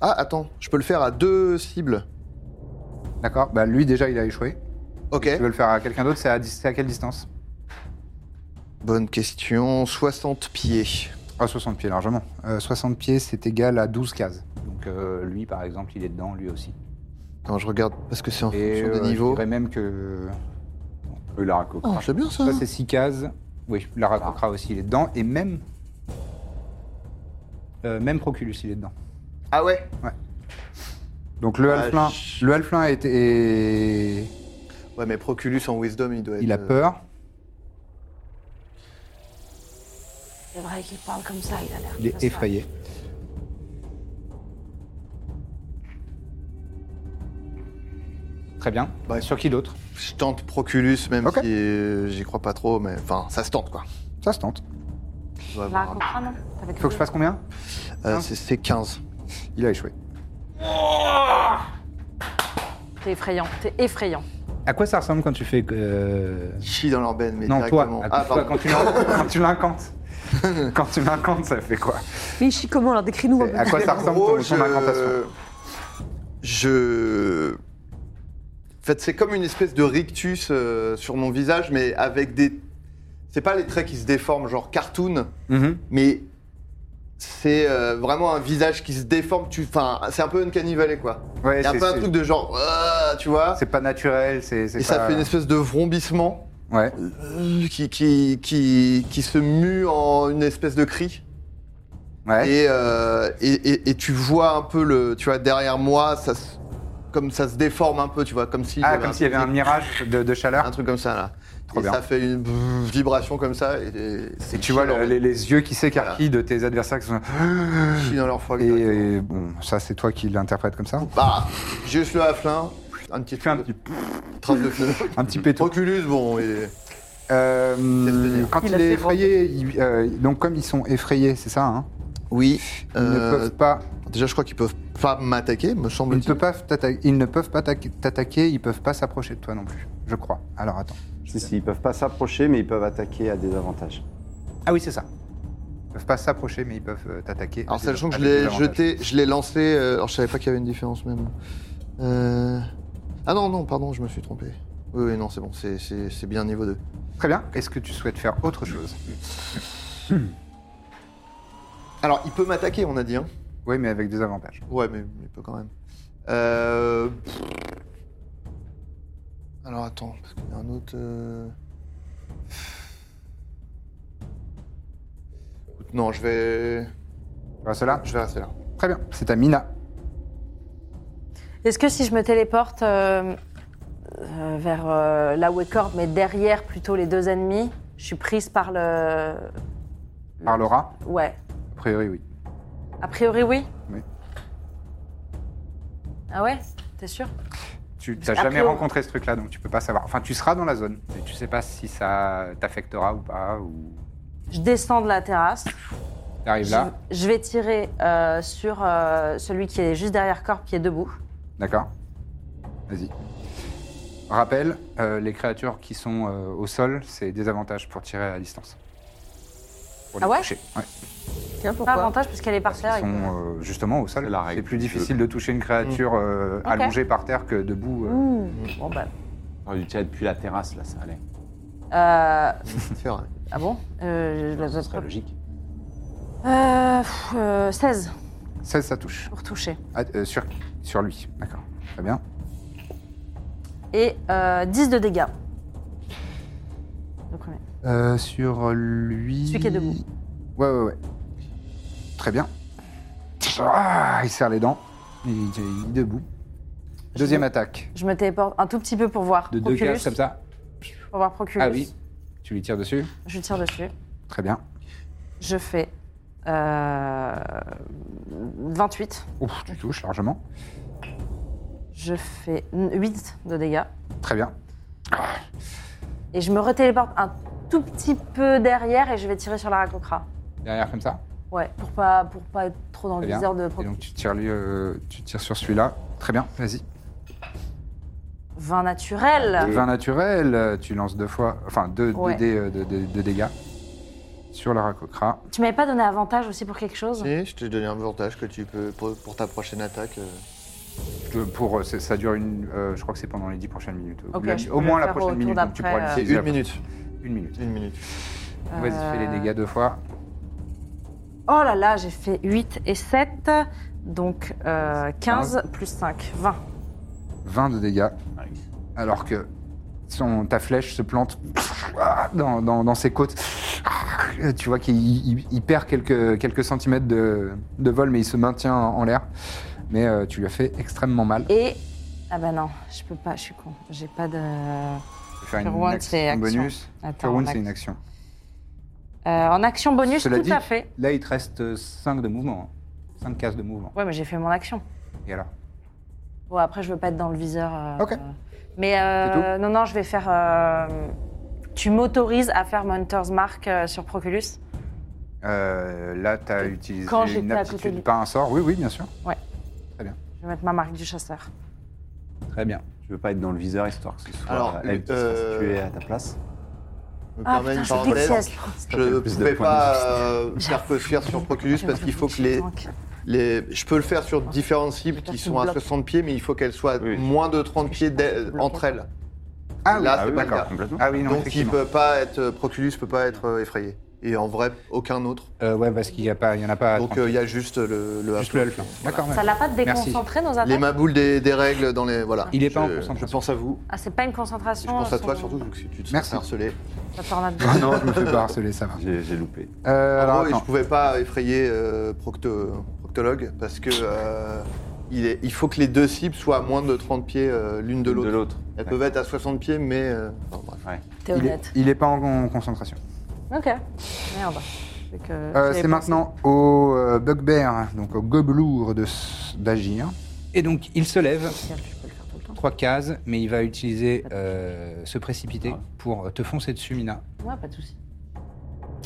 Ah, attends, je peux le faire à deux cibles.
D'accord. Bah, lui, déjà, il a échoué.
Ok.
Tu veux le faire à quelqu'un d'autre C'est à, dis- c'est à quelle distance
Bonne question. 60 pieds.
Ah, 60 pieds, largement. Euh, 60 pieds, c'est égal à 12 cases. Donc, euh, lui, par exemple, il est dedans, lui aussi.
Attends, je regarde parce que c'est en
Et
fonction
euh,
des
je
niveaux.
dirais même que.
Eux, la raco.
Oh, c'est bien ça. Ah.
Ça, c'est 6 cases. Oui, la Kokra aussi, il est dedans. Et même. euh, même Proculus, il est dedans.
Ah ouais
Ouais. Donc le
Ouais,
halflin,
je-
le halflin est, est-
Ouais, mais Proculus en Wisdom, il doit être.
il a
euh,
peur.
C'est vrai qu'il parle comme ça, il a l'air.
Il est effrayé. Très bien. Bah,
Ouais.
Sur qui d'autre
Je tente Proculus, même
Ok.
si euh, j'y crois pas trop, mais enfin, ça se tente quoi.
Ça se tente.
Il doit
La
avoir un-
Rakokra, non T'avais
Faut que je fasse combien
Euh, c'est- c'est 15.
Il a échoué.
T'es effrayant, t'es effrayant.
À quoi ça ressemble quand tu fais euh,
Il chie dans l'urbaine, mais
Non, toi.
directement.
à-
ah,
toi,
pardon.
quand tu l'in- quand tu l'incantes. quand tu l'incantes, ça fait quoi
Mais il chie comment alors Décris-nous un peu.
À quoi ça
En
ressemble ton,
gros,
ton incantation
je... je... En fait, c'est comme une espèce de rictus euh, sur mon visage, mais avec des... C'est pas les traits qui se déforment, genre cartoon,
Mhm.
mais c'est euh, vraiment un visage qui se déforme. Tu... Enfin, c'est un peu Uncanny Valley, quoi.
Ouais,
Il y a un
c'est-
peu un
c'est-
truc de genre... Ah tu vois
C'est pas naturel, c'est. c'est
Et ça
pas-
fait une espèce de vrombissement
Ouais.
euh, qui, qui, qui, qui se mue en une espèce de cri.
Ouais.
Et, euh, et, et- et tu vois un peu le, tu vois derrière moi, ça, se- comme ça se déforme un peu, tu vois, comme si
Ah, comme s'il y avait un mirage de, de chaleur.
un truc comme ça là.
Trop
et
bien.
ça fait une vibration comme ça. Et,
Et tu vois le- les, les yeux qui s'écarquillent de tes adversaires qui sont.
suis dans leur foie.
Et, euh,
gras.
et bon, ça, c'est toi qui l'interprète comme ça
Bah, juste le haflin, un petit
Tu fais un
truc
petit,
de trace de feu.
un petit pétou.
Proculus, bon, et-
Euh,
venir.
quand il,
Il a
est
fait
effrayé, il- euh, donc comme ils sont effrayés, c'est ça, hein,
oui.
ils ne
euh,
peuvent pas,
déjà, je crois qu'ils peuvent pas m'attaquer, me
ils ne
semble-t-il.
peuvent pas t'atta- ils ne peuvent pas t'atta- t'attaquer, ils peuvent pas s'approcher de toi non plus, je crois. Alors attends.
Si, si, ils peuvent pas s'approcher, mais ils peuvent attaquer à des avantages.
Ah oui, c'est ça. Ils peuvent pas s'approcher, mais ils peuvent euh, t'attaquer.
Alors,
Avec-
sachant que je
avec des
l'ai
avantages.
jeté, je l'ai lancé. euh, alors, je savais pas qu'il y avait une différence même. Euh, Ah non, non, pardon, je me suis trompé. Oui, oui, non, c'est bon, c'est- c'est c'est bien niveau 2.
Très bien. Est-ce que tu souhaites faire autre chose
Alors, il peut m'attaquer, on a dit. Hein.
Oui, mais avec des avantages.
Ouais, mais il peut quand même. Euh... Alors, attends, parce qu'il y a un autre. euh, Écoute, Non, je vais.
Voilà cela.
Je vais rester là.
Très bien. C'est à Mina.
Est-ce que si je me téléporte euh, euh, vers euh, la Waker, mais derrière plutôt les deux ennemis, je suis prise par le.
Par Laura.
Ouais.
A priori, oui.
A priori, oui
Oui.
Ah ouais T'es sûr
Tu n'as
A
jamais
priori-
rencontré ce truc-là, donc tu peux pas savoir. Enfin, tu seras dans la zone, mais tu sais pas si ça t'affectera ou pas. Ou
Je descends de la terrasse.
t'arrives
Je,
là,
je vais tirer euh, sur euh, celui qui est juste derrière Corp, qui est debout.
d'accord Vas-y. Rappel, euh, les créatures qui sont euh, au sol, c'est des avantages pour tirer à distance. Pour les
Ah ouais
toucher. Ouais.
Tiens,
Pas
pourquoi
avantage parce qu'elle est par
Ils
terre. et que-
sont euh, justement au sol.
C'est la règle
C'est plus
du jeu.
difficile de toucher une
Mm.
créature euh, allongée par terre que debout. euh.
Bon, bah.
J'aurais dû tirer Oh, depuis la terrasse, là, ça allait.
euh,
C'est vrai.
ah bon Euh, les
Ce
autres-
serait logique.
Euh, pff, euh, 16
16, ça touche.
pour toucher.
Ah, euh, sur, sur lui, d'accord. Très bien.
Et euh, 10 de dégâts. Le premier.
Euh, sur lui.
Celui qui est debout.
Ouais, ouais, ouais. Très bien. Ah, il serre les dents. Il, il est debout. Deuxième attaque.
Je me téléporte un tout petit peu pour voir
De deux
Proculus.
cases comme ça.
Pour voir Proculus.
Ah oui. Tu lui tires dessus.
Je tire dessus.
Très bien.
Je fais euh, 28.
Ouf, tu touches largement.
Je fais 8 de dégâts.
Très bien.
Et je me retéléporte un tout petit peu derrière et je vais tirer sur la racocra.
Derrière comme ça.
Ouais, pour pas, pour pas être trop dans le
Très bien.
viseur de
Et
Proculus.
donc tu tires lui, euh, tu tires sur celui-là. Très bien. Vas-y.
20 naturel.
20 naturel. euh, Tu lances deux fois. Enfin deux, deux
Ah. Ouais.
dés, euh, de, de- de dégâts sur la racocra.
Tu m'avais pas donné avantage aussi pour quelque chose
Si, je t'ai donné un avantage que tu peux pour, pour ta prochaine attaque. euh.
Euh, Pour, euh, c'est- ça dure une. euh, je crois que c'est pendant les 10 prochaines minutes. Ou
Ok,
la-
je peux
au
le
moins la
faire au
prochaine
tour
minute. Donc tu
d'après,
pourras
euh.
C'est
l'utiliser
une
après.
minute.
Une minute.
Une minute.
Vas-y, fais les dégâts deux fois.
Oh là là, j'ai fait 8 et 7, donc euh, 15 plus 5, 20.
20 de dégâts. Alors que son, ta flèche se plante dans, dans- dans ses côtes. Tu vois qu'il il- il perd quelques, quelques centimètres de, de vol, mais il se maintient en, en l'air. mais euh, tu lui as fait extrêmement mal.
Et. Ah bah non, je peux pas, je suis con. J'ai pas de. euh,
Faire
Faire one,
action
c'est action.
bonus.
Attends,
Faire
en
one, c'est
action.
une action.
Euh, en action bonus,
Cela
tout
dit-
à fait.
Là, il te reste 5 de mouvement. 5 cases de mouvement.
Ouais, mais j'ai fait mon action.
Et alors
Bon, après, je veux pas être dans le viseur. euh,
Ok.
euh, Mais euh, non, non, je vais faire. euh, tu m'autorises à faire mon Hunter's Mark euh, sur Proculus
Euh, Là, tu as utilisé
quand
une
j'étais à côté
aptitude,
du-
pas un sort. Oui, oui, bien sûr.
Je vais mettre ma marque du chasseur.
Très bien.
Je veux pas être dans le viseur histoire que ce soit
Alors,
euh, elle qui se
euh,
fasse tuer à ta place.
Je me
Ah,
permets une
putain, je déteste.
parenthèse. Je
fait
ne
plus de
pouvais
points de
pas
vista.
euh, faire cospire sur Proculus parce qu'il faut que les, les- Je peux le faire sur différentes cibles qui sont à 60 pieds, mais il faut qu'elles soient
Oui.
moins de 30 pieds d'elles- entre elles.
Ah oui,
Là,
ah
c'est
oui,
pas le
D'accord,
cas.
complètement.
Ah oui, non,
Donc il
effectivement.
peut pas être euh, Proculus peut pas être euh, effrayé. Et en vrai, aucun autre.
Euh, ouais, parce qu'il n'y en a pas. à
Donc
30.
euh, il y a juste le, le
Juste
haplo.
le half, là. D'accord,
Ça
ouais.
l'a pas
Merci.
déconcentré nos attaques
Les maboules des, des règles dans les voilà.
Il est pas en
Je-
concentration.
Je pense à vous.
Ah, c'est pas une
Et Je
concentration.
pense à
son-
toi surtout parce que tu te sens
Merci.
harcelé.
sa tornade.
Ah non, je me fais pas harceler, ça va.
J'ai j'ai loupé.
Euh,
En
alors,
gros,
attends.
Ah je pouvais pas effrayer euh, Procto- proctologue parce que euh, il, est- il faut que les deux cibles soient à moins de 30 pieds euh, l'une de
De
l'autre.
l'autre.
Elles peuvent être à 60 pieds, mais euh, enfin, bref.
T'es
Il est,
honnête.
il est pas en, en concentration.
Ok. Merde. C'est que-
Euh,
j'avais
c'est
pensé.
maintenant au euh, bugbear, donc au gobelour de s- d'agir. Et donc, il se lève,
Tiens, Je peux le faire tout le temps.
trois cases, mais il va utiliser euh, se
Ah.
précipiter pour te foncer dessus, Mina,
Ouais, pas de soucis.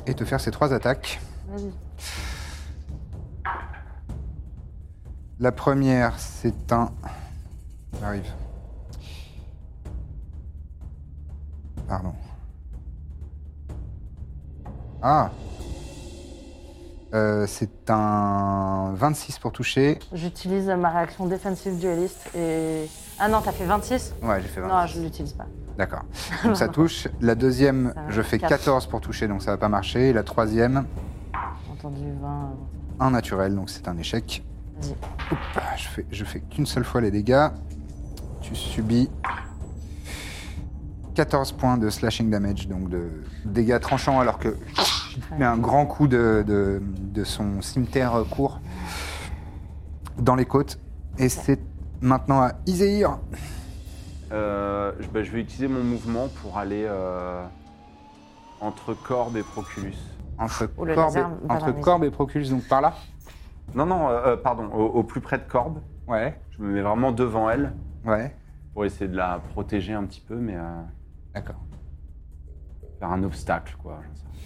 et te faire ses trois attaques.
Vas-y.
La première, c'est un. J'arrive. Pardon. Ah Euh, C'est un 26 pour toucher.
J'utilise ma réaction défensive dualiste et. Ah non, t'as fait 26
Ouais, j'ai fait 26.
Non, je l'utilise pas.
D'accord. Donc ça touche. La deuxième,
Ça va,
je fais
quatre.
14 pour toucher, donc ça va pas marcher. Et la troisième,
J'ai Entendu 20.
un naturel, donc c'est un échec.
Vas-y.
Oup, ah, je fais, je fais qu'une seule fois les dégâts. Tu subis 14 points de slashing damage, donc de dégâts tranchants, alors que il te met un grand coup de, de- de son cimetière court dans les côtes. Et c'est maintenant à Iséir.
Euh, je, bah, je vais utiliser mon mouvement pour aller euh, entre Corbe et Proculus.
Entre,
Oh, le
Corbe, et,
laser va dans
entre
les-
Corbe et Proculus, donc par là.
Non, non, euh, euh, pardon, au, au plus près de Corbe.
Ouais,
Je me mets vraiment devant elle
ouais,
pour essayer de la protéger un petit peu, mais euh,
d'accord.
faire un obstacle, quoi. j'en sais rien.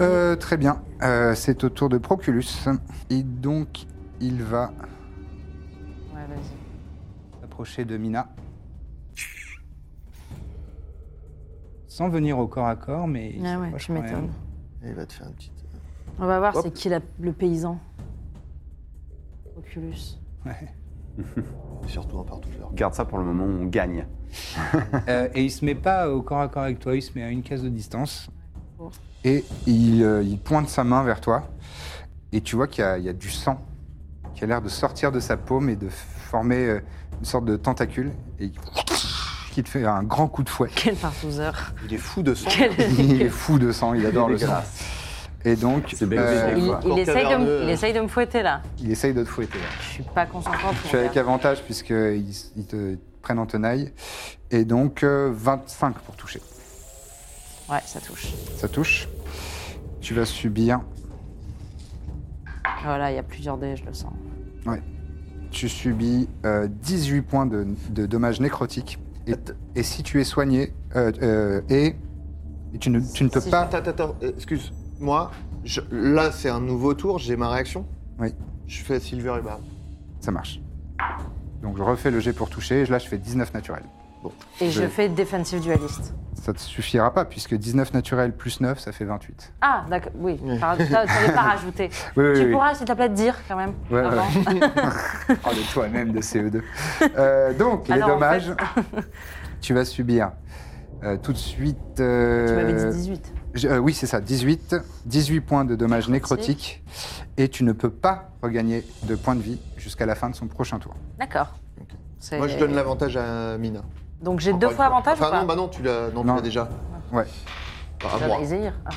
Euh, très bien. Euh, c'est au tour de Proculus. Et donc, il va
Ouais, vas-y.
s'approcher de Mina. Sans venir au corps à corps, mais. il
Ah ouais,
s'approche
tu
quand
m'étonnes.
même.
Et il va te faire une petite. euh,
On va voir
Hop.
c'est qui la- le paysan. Oculus.
Ouais.
Surtout un partoufleur.
Garde ça pour le moment où on gagne.
Euh, et il se met pas au corps à corps avec toi, il se met à une case de distance.
Oh.
Et il, euh, il pointe sa main vers toi. Et tu vois qu'il y, a- il y a du sang qui a l'air de sortir de sa paume et de former euh, une sorte de tentacule. Et qui te fait un grand coup de fouet.
Quel partouzeur.
Il est fou de sang.
il est fou de sang, il adore le sang. Et donc,
C'est bien
euh,
que
Il,
Quoi.
il
Encore
essaye de,
caverneux.
me- il essaye de me fouetter là.
il essaye de te fouetter. ouais.
Je suis pas concentrante.
Je
mon
suis avec
gars.
avantage puisqu'ils ils te prennent en tenaille. Et donc, euh, 25 pour toucher.
Ouais, ça touche.
Ça touche. Tu vas subir...
Ah, Voilà, il y a plusieurs dés, je le sens.
Tu subis euh, 18 points de, de dommages nécrotiques. Et, et si tu es soigné... euh, euh, et... et tu ne, tu ne peux
Si
pas...
Attends, attends, attends, euh, excuse-moi. Je- Là, c'est un nouveau tour. J'ai ma réaction.
Oui.
Je fais Silver et Barb.
Ça marche. Donc je refais le jet pour toucher. Et là, je fais 19 naturel.
Et je
Je-
fais défensive dualiste.
Ça ne te suffira pas puisque 19 naturel plus 9, ça fait 28.
Ah, d'accord, oui. Par- Ça, tu l'avais pas rajouté.
Oui, oui,
tu
oui.
pourras, s'il te plaît, te dire quand même.
Ouais, ouais.
avant.
Oh, le toi-même de CO2. Euh, donc, les
Alors, en
dommages, tu vas subir euh, tout de suite. euh,
Tu m'avais dit 18.
j'ai- euh, oui, c'est ça, 18. 18 points de dommages nécrotiques. Et tu ne peux pas regagner de points de vie jusqu'à la fin de son prochain tour.
D'accord. C'est-
Moi, je donne l'avantage à Mina.
Donc j'ai
Encore
deux
une
fois avantage
Enfin,
ou pas
non, bah non, tu l'as non, tu
Non.
l'as déjà.
Ouais.
Enfin, à
Bah,
moi.
Izehir. Ah.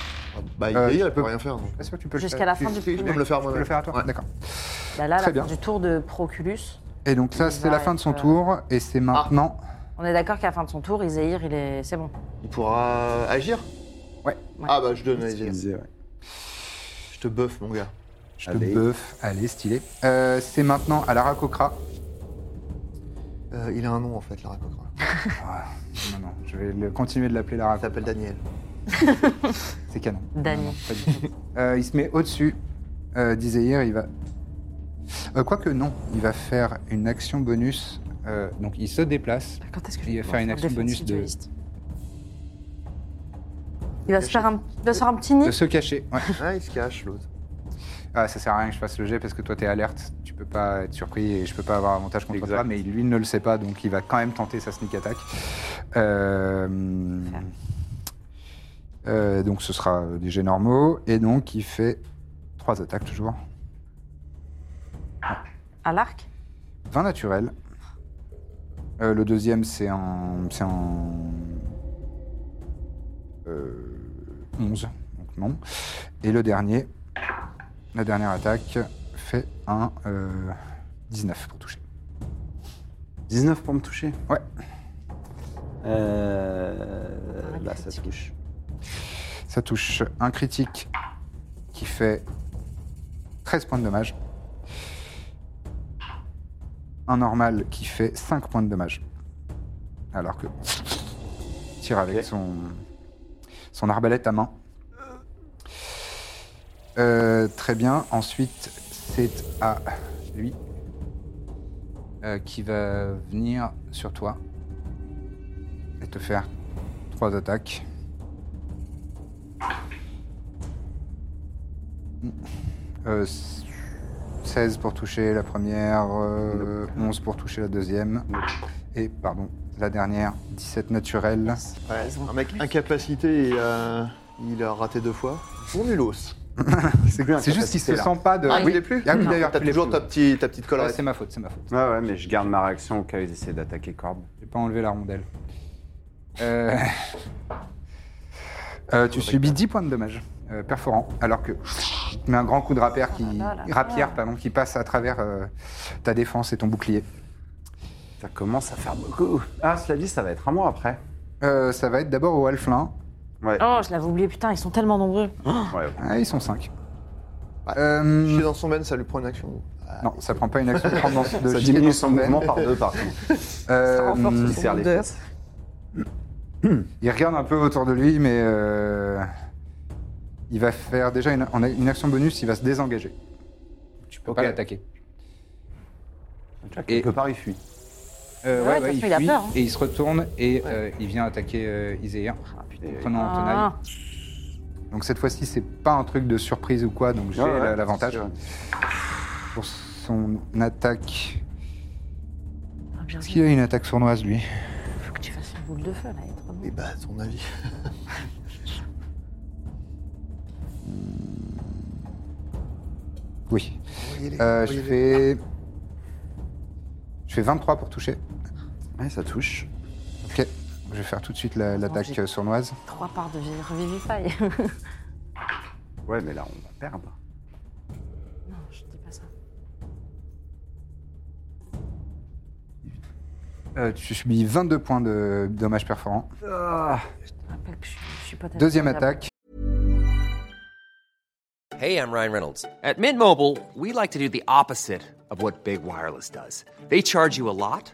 Bah, il
Euh,
elle peut
je-
rien faire. donc.
Pas sûr que tu peux le
Jusqu'à
faire.
la fin
Tu-
du
tu-
tour.
Je peux me le faire
tu peux
moi-même.
le faire à toi
Ouais.
D'accord.
Bah là, à
Très
la fin
bien.
du tour de Proculus,
Et donc ça,
Il
c'est la fin de son
arrête, euh,
tour, et
Ah.
c'est maintenant...
on est d'accord qu'à la fin de son tour, Izehir, il est... c'est bon.
Il pourra agir
Ouais.
Ah bah je donne à Izzy.
Disais, ouais.
Je te buff mon gars.
Je te
Allez.
buff. Allez, stylé. Euh, c'est maintenant à Lara Kokra.
Euh, il a un nom en fait, Lara Cochran.
Non, non, je vais le- continuer de l'appeler Lara
Il s'appelle
Kokra.
Daniel.
C'est canon.
Dany.
Non, non, pas du tout. Euh, il se met au-dessus euh, d'Iséir, il va... Euh, Quoique non, il va faire une action bonus. euh, donc il se déplace.
Quand est-ce que
Il va faire une action bonus de,
Il va se faire un, il va se faire un petit
de
nid.
se cacher. Ouais.
Ah, il se cache l'autre.
Ah, ça sert à rien que je fasse le jet parce que toi t'es alerte, tu peux pas être surpris et je peux pas avoir avantage contre
Exact.
toi, mais lui ne le sait pas donc il va quand même tenter sa sneak attack. Euh, euh, donc ce sera des jets normaux et donc il fait trois attaques toujours.
À l'arc
20 naturels. Euh, le deuxième c'est en. C'est en. euh, 11, donc non. Et le dernier, la dernière attaque fait un euh, 19 pour toucher.
19 pour me toucher
Ouais.
Euh, là, ça touche.
Ça touche un critique qui fait 13 points de dommage. Un normal qui fait 5 points de dommage. Alors que tire avec
Ok.
son, son arbalète à main. Euh, très bien. Ensuite, c'est à lui euh, qui va venir sur toi et te faire trois attaques. Euh, 16 pour toucher la première, euh, 11 pour toucher la deuxième, et pardon, la dernière, 17 naturelle.
Ouais, un mec incapacité, il a... il a raté deux fois. Bon nulos.
C'est c'est juste qu'il se sent pas de.
Ah,
oui,
il est plus
ah oui,
Non.
d'ailleurs,
T'as
tu l'es
toujours
plus.
ta, petite- ta petite
Ouais,
collerette.
c'est ma faute, c'est ma faute.
Ouais, ouais, mais je garde ma réaction au cas où ils essaient d'attaquer Corbe.
J'ai pas enlevé la rondelle. Euh, euh, tu subis 10 points de dommage euh, perforant, alors que tu te mets un grand coup de rapière
Ah,
qui,
là là.
rapière, pardon, qui passe à travers euh, ta défense et ton bouclier.
Ça commence à faire beaucoup. Ah, cela dit, ça va être à moi après.
Euh, ça va être d'abord au halflin.
Ouais.
Oh, je l'avais oublié, putain, ils sont tellement nombreux.
ouais.
Ah, ils sont 5.
Ouais. Je
Euh,
suis dans son veine, ça lui prend une action. Ah,
non, ça prend pas une action de prendre dans- de
Ça
jeter
diminue
dans
son
veine.
mouvement par deux, par contre.
Euh,
Il serre les fesses.
il regarde un peu autour de lui, mais euh, il va faire déjà une, en a- une action bonus, il va se désengager. Tu peux
Ok.
pas l'attaquer.
Et quelque part, il fuit.
Euh,
Ouais, de toute façon, il a peur, hein.
et il se retourne et euh, il vient attaquer euh, Izehir,
putain.
prenant en tenaille.
Ah,
Donc cette fois-ci, c'est pas un truc de surprise ou quoi, donc j'ai
Ouais, ouais,
la- l'avantage.
c'est sûr.
Pour son attaque...
Ah, bien
Est-ce
sûr,
qu'il a une attaque sournoise, lui
faut que tu fasses une boule de feu, là. elle est trop bonne.
Et bah, à ton avis.
Oui.
Voyez les-
Euh, je
voyez les-
fais. Je fais 23 pour toucher.
Ouais, ça touche.
Ok. Je vais faire tout de suite la- l'attaque
j'ai-
euh, sournoise.
Trois parts de vi- revivify.
Ouais, mais là, on va perdre.
non, je dis pas ça.
Euh, tu subis 22 points de dommages perforants.
Je rappelle que je, suis- je suis pas ta-
Deuxième
ta- ta-
attaque.
Hey, I'm Ryan Reynolds. At Mint Mobile, we like to do the opposite of what Big Wireless does. They charge you a lot,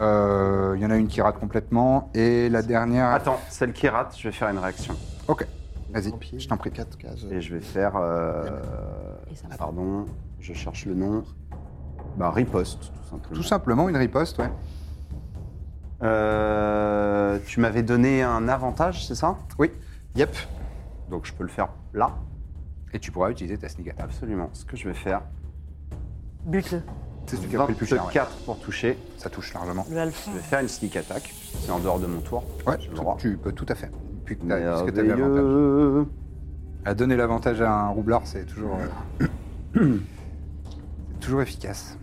Euh, Il y en a une qui rate complètement. Et la dernière.
Attends, celle qui rate, je vais faire une réaction.
Ok. Vas-y,
Tant pis,
je t'en prie.
Quatre cases.
Et je vais faire. euh,
Et ça me-
Pardon, je cherche le nom. Bah, riposte, tout simplement.
Tout simplement une riposte, ouais.
Euh, tu m'avais donné un avantage, c'est ça
Oui.
Yep.
Donc je peux le faire là,
Et tu pourras utiliser ta sneak attack.
absolument. Ce que je vais faire,
Bute-le.
C'est celui qui a pris le plus cher. ouais.
24 pour toucher.
Ça touche largement.
Le alpha.
Je vais faire une sneak attack. C'est en dehors de mon tour.
Ouais,
j'ai le
tu-
droit. euh,
tu peux tout à fait. Puis que t'as- parce que t'as eu l'avantage.
Merveilleux.
À donner l'avantage à un roublard, c'est toujours. euh, c'est toujours efficace.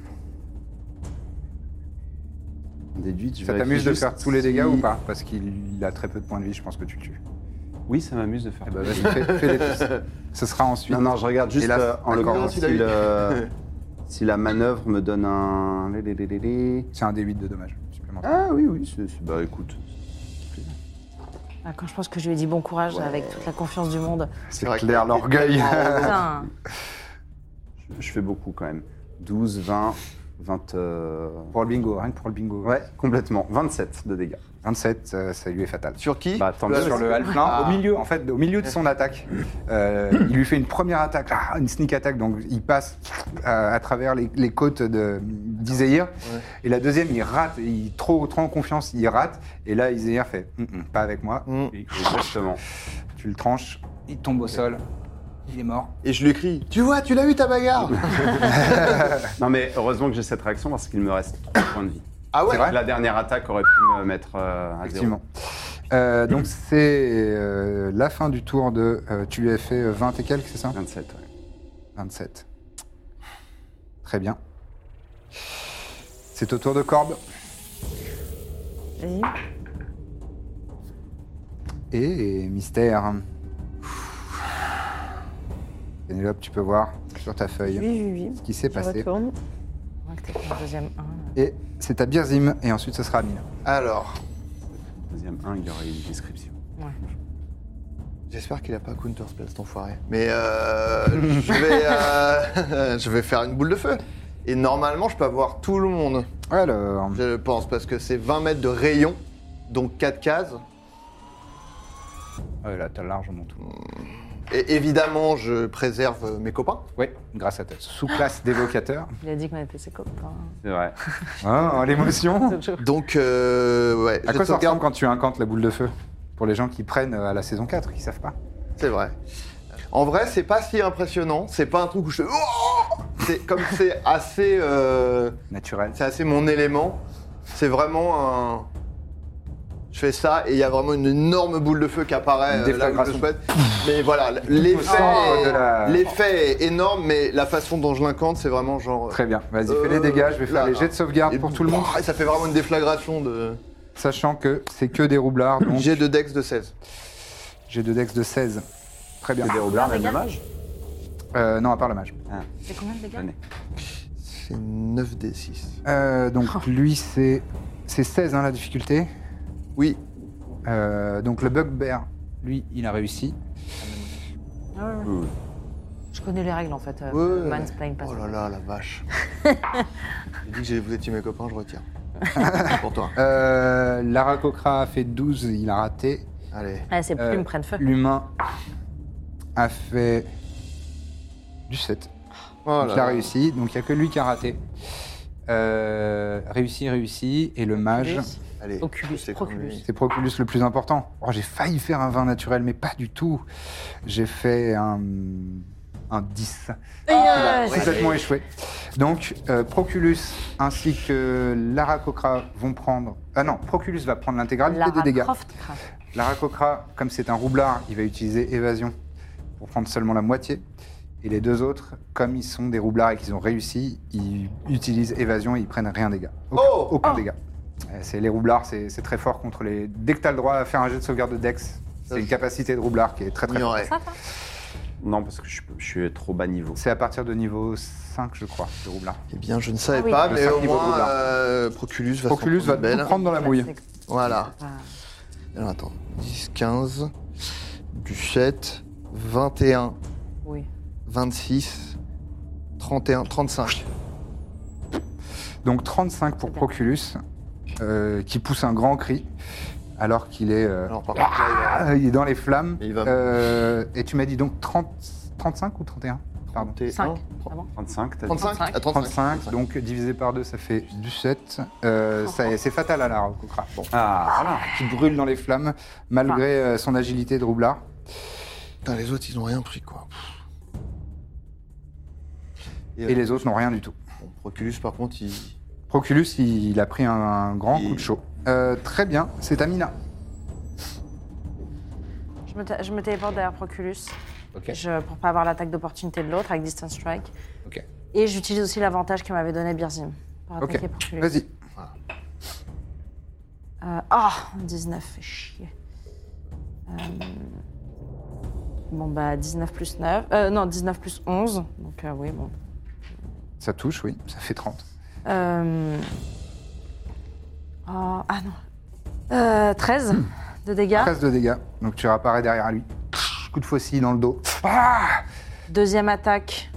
Déduite, je
Ça
vais
t'amuse de
juste
faire tous les
si-
dégâts ou pas Parce qu'il a très peu de points de vie, je pense que tu le tues.
Oui, ça m'amuse de faire.
Bah vas-y, fais, fais les pistes. Ce sera ensuite.
Eh ben, non, non, je regarde juste
Hélas,
euh,
d'accord.
en l'occurrence
Merci,
si,
David.
le- si la manœuvre me donne un. Lé, lé, lé, lé, lé.
C'est un D8 de dommages supplémentaires.
Ah oui, oui, c'est- c'est- bah écoute.
Ah, Quand je pense que je lui ai dit bon courage avec toute la confiance du monde.
C'est
vrai que
clair,
t'as été
l'orgueil.
Ah. Putain,
Je- je fais beaucoup quand même. 12, 20, 20. euh,
Pour le bingo, rien que pour le bingo.
Ouais, complètement. 27 de dégâts.
27, euh, ça lui est fatal.
Sur qui
Bah, tant
Là,
mieux.
Sur le half
Ah.
au milieu, en fait, au milieu de son attaque, euh, il lui fait une première attaque, ah, une sneak attack, donc il passe à, à travers les, les côtes de- d'Isaïr. Et la deuxième, il rate, il trop trop en confiance, il rate. Et là, Iséir fait, Hum, hum, pas avec moi.
Mm.
Exactement.
Tu le tranches, il tombe au sol, il est mort.
Et je lui crie Tu vois, tu l'as eu ta bagarre
Non, mais heureusement que j'ai cette réaction parce qu'il me reste 3 points de vie.
Ah ouais
C'est vrai
La dernière attaque aurait pu me mettre euh, à zéro.
Effectivement. Euh, donc c'est euh, la fin du tour de. euh, tu lui as fait euh, 20 et quelques, c'est ça
27, ouais.
27. Très bien. C'est au tour de Corbe.
Vas-y.
Et mystère. Pénélope, tu peux voir sur ta
Oui,
feuille
oui, oui.
ce qui s'est
Je
passé.
retourne.
Ouais, que t'es pour le deuxième un, là.
Et c'est à Birzim, et ensuite ce sera à Mina.
Alors,
Deuxième 1, il y aurait une description.
j'espère qu'il a pas Counterspell cet enfoiré. Mais euh, je, vais, euh, je vais faire une boule de feu. Et normalement, je peux avoir tout le monde,
Alors,
je le pense, parce que c'est 20 mètres de rayon, donc 4 cases. Ah,
ouais, là, t'as largement tout.
Et évidemment, je préserve euh, mes copains.
Ouais, grâce à ta sous-classe d'évocateur.
Il a dit qu'on était ses copains.
C'est vrai.
Hein, l'émotion
Donc, euh, ouais.
À
je
quoi ça
sauvegarde-
ressemble quand tu incantes la boule de feu Pour les gens qui prennent euh, à la saison 4, qui savent pas.
C'est vrai. En vrai, c'est pas si impressionnant. C'est pas un truc où je fais. Oh C'est comme c'est assez, euh,
Naturel.
c'est assez mon élément. C'est vraiment un. Je fais ça et il y a vraiment une énorme boule de feu qui apparaît
Une
euh, là où je
déflagration.
souhaite. Mais voilà, l'effet,
sang de la-
est- l'effet est énorme, mais la façon dont je l'incante, c'est vraiment genre.
Très bien, vas-y,
Euh,
fais les dégâts, je vais faire
là,
les
là.
jets de sauvegarde
Et
Ah, pour tout le monde,
Et ça fait vraiment une déflagration de.
sachant que c'est que des roublards, donc
J'ai de Dex de 16.
j'ai deux dex de 16. Très bien.
C'est des
Ah,
roublards, mais dommage.
Euh, non, à part le mage.
C'est combien de dégâts
Venez.
C'est 9 d 6.
Euh, donc lui, c'est c'est 16 hein, la difficulté.
Oui,
Euh, donc le bugbear, lui, il a réussi.
Euh,
Je connais les règles en fait. Euh,
Ouais.
Mansplain passe.
Oh là là, la vache. J'ai dit que j'ai- vous étiez mes copains, je retire. Pour toi.
Euh, Lara Cochra a fait 12, il a raté.
Allez.
Ah, c'est
Euh,
plus me prennent feu.
L'humain a fait du 7.
Oh
donc
là
il a
là.
réussi, donc il n'y a que lui qui a raté. Euh, réussi, réussi, et le mage.
Allez.
Oculus,
c'est comme
Proculus.
lui.
C'est Proculus le plus important. Oh, j'ai failli faire un vin naturel, mais pas du tout. J'ai fait un, un 10.
Yes
Complètement échoué. Donc, euh, Proculus ainsi que Lara Cochra vont prendre. Ah non, Proculus va prendre l'intégralité des
Lara
dégâts.
Croft craft.
Lara Cochra, comme c'est un roublard, il va utiliser évasion pour prendre seulement la moitié. Et les deux autres, comme ils sont des roublards et qu'ils ont réussi, ils utilisent évasion et ils prennent rien dégâts. Aucun,
Oh
aucun dégât. Euh, C'est les roublards, c'est c'est très fort contre les. Dès que t'as le droit à faire un jet de sauvegarde de Dex,
Ça,
c'est une
je-
capacité de roublard qui est très très forte.
Ignoré.
Non, parce que je, peux- je suis trop bas niveau.
C'est à partir de niveau 5, je crois, le roublard.
Eh bien, je ne savais
Ah oui.
pas,
Le
mais
cinq
au
niveaux
moins,
Boulard.
euh, Proculus va
Proculus
s'en
va
prendre une
tout
belle.
prendre dans la mouille.
Voilà.
Ah.
Alors, attends. 10, 15, du 7, 21,
Oui.
26, 31, 35.
Donc 35 pour Proculus, euh, qui pousse un grand cri, alors qu'il est, euh,
Alors, par contre, là,
ah, il est dans les flammes.
Il va-
Euh, et tu m'as dit donc 30, 35 ou 31
il va
Pardon.
monter
Cinq.
un,
Ah bon
35, t'as dit
35 Ah,
35,
35.
donc divisé par 2, ça fait du 7. Euh, ça est- c'est fatal à la Kokra. Bon,
Ah, voilà.
qui brûle dans les flammes, malgré euh, son agilité de roublard.
Putain, les autres, ils n'ont rien pris, quoi.
Et les autres n'ont rien du tout.
Bon, Proculus, par contre, il...
Proculus, il, il a pris un, grand
Il-
coup de chaud. Euh, très bien, c'est Amina.
Je me, ta- je me téléporte derrière Proculus
Ok.
je, pour pas avoir l'attaque d'opportunité de l'autre avec Distance Strike.
Ok.
Et j'utilise aussi l'avantage que m'avait donné Birzim pour
Ok.
attaquer Proculus.
Vas-y.
Euh, Ah, 19, fait chier. Euh, Bon, bah 19 plus 9. Euh, non, 19 plus 11. Donc, euh, oui, bon.
Ça touche, oui, ça fait 30.
Euh, oh, ah non. Euh, 13 de dégâts.
13 de dégâts, donc tu réapparais derrière lui. Coup de faucille dans le dos. Ah
Deuxième attaque.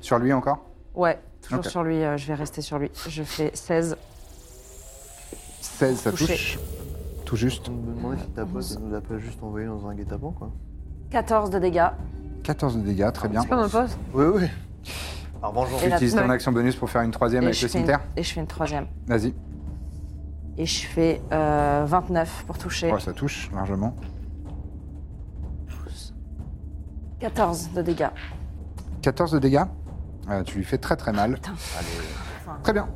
Sur lui encore
Ouais, toujours
Ok.
sur lui. euh, je vais rester sur lui. Je fais 16.
16, ça
Touché.
touche. Tout juste.
On me demandait si ta pote elle nous a pas juste envoyé dans un guet-apens, quoi.
14 de dégâts.
14 de dégâts, très bien.
Ah,
C'est pas mon poste.
Oui, oui. Par vengeance.
Et
Tu
la-
utilises ton
ouais.
action bonus pour faire une troisième
Et
avec
je,
le
fais une,
cimetière
et je fais une troisième.
Vas-y.
Et je fais euh, 29 pour toucher.
Ouais, Oh, ça touche largement.
14 de dégâts.
14 de dégâts. Euh, tu lui fais très très mal.
Putain.
Très bien.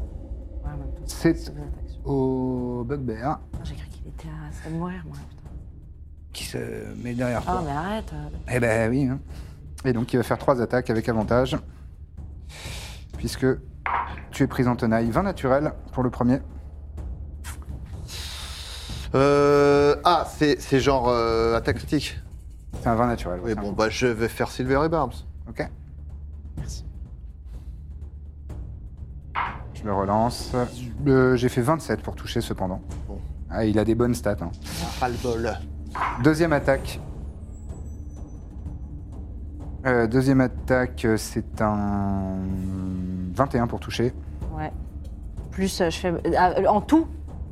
Ouais, en même temps,
C'est-
ça vous attaque sur-
Au bugbear
Putain, J'ai cru qu'il était à ça de mourir, moi. putain.
qui se met derrière
Ah,
toi.
mais arrête. euh,
Eh ben oui. hein. Et donc il va faire trois attaques avec avantage. Puisque tu es pris en tenaille. 20 naturel pour le premier.
Euh... Ah, c'est c'est genre euh, attaque critique.
C'est un 20 naturel. ouais,
Oui,
c'est un
bon,
bon.
bah je vais faire Silver et Barnes.
Ok.
Merci.
Je me relance. Euh, J'ai fait 27 pour toucher cependant.
Bon.
Ah, il a des bonnes stats. hein.
Ras le bol.
Deuxième attaque. Euh, deuxième attaque, euh, c'est un 21 pour toucher.
Ouais. Plus, euh, je fais. euh, en tout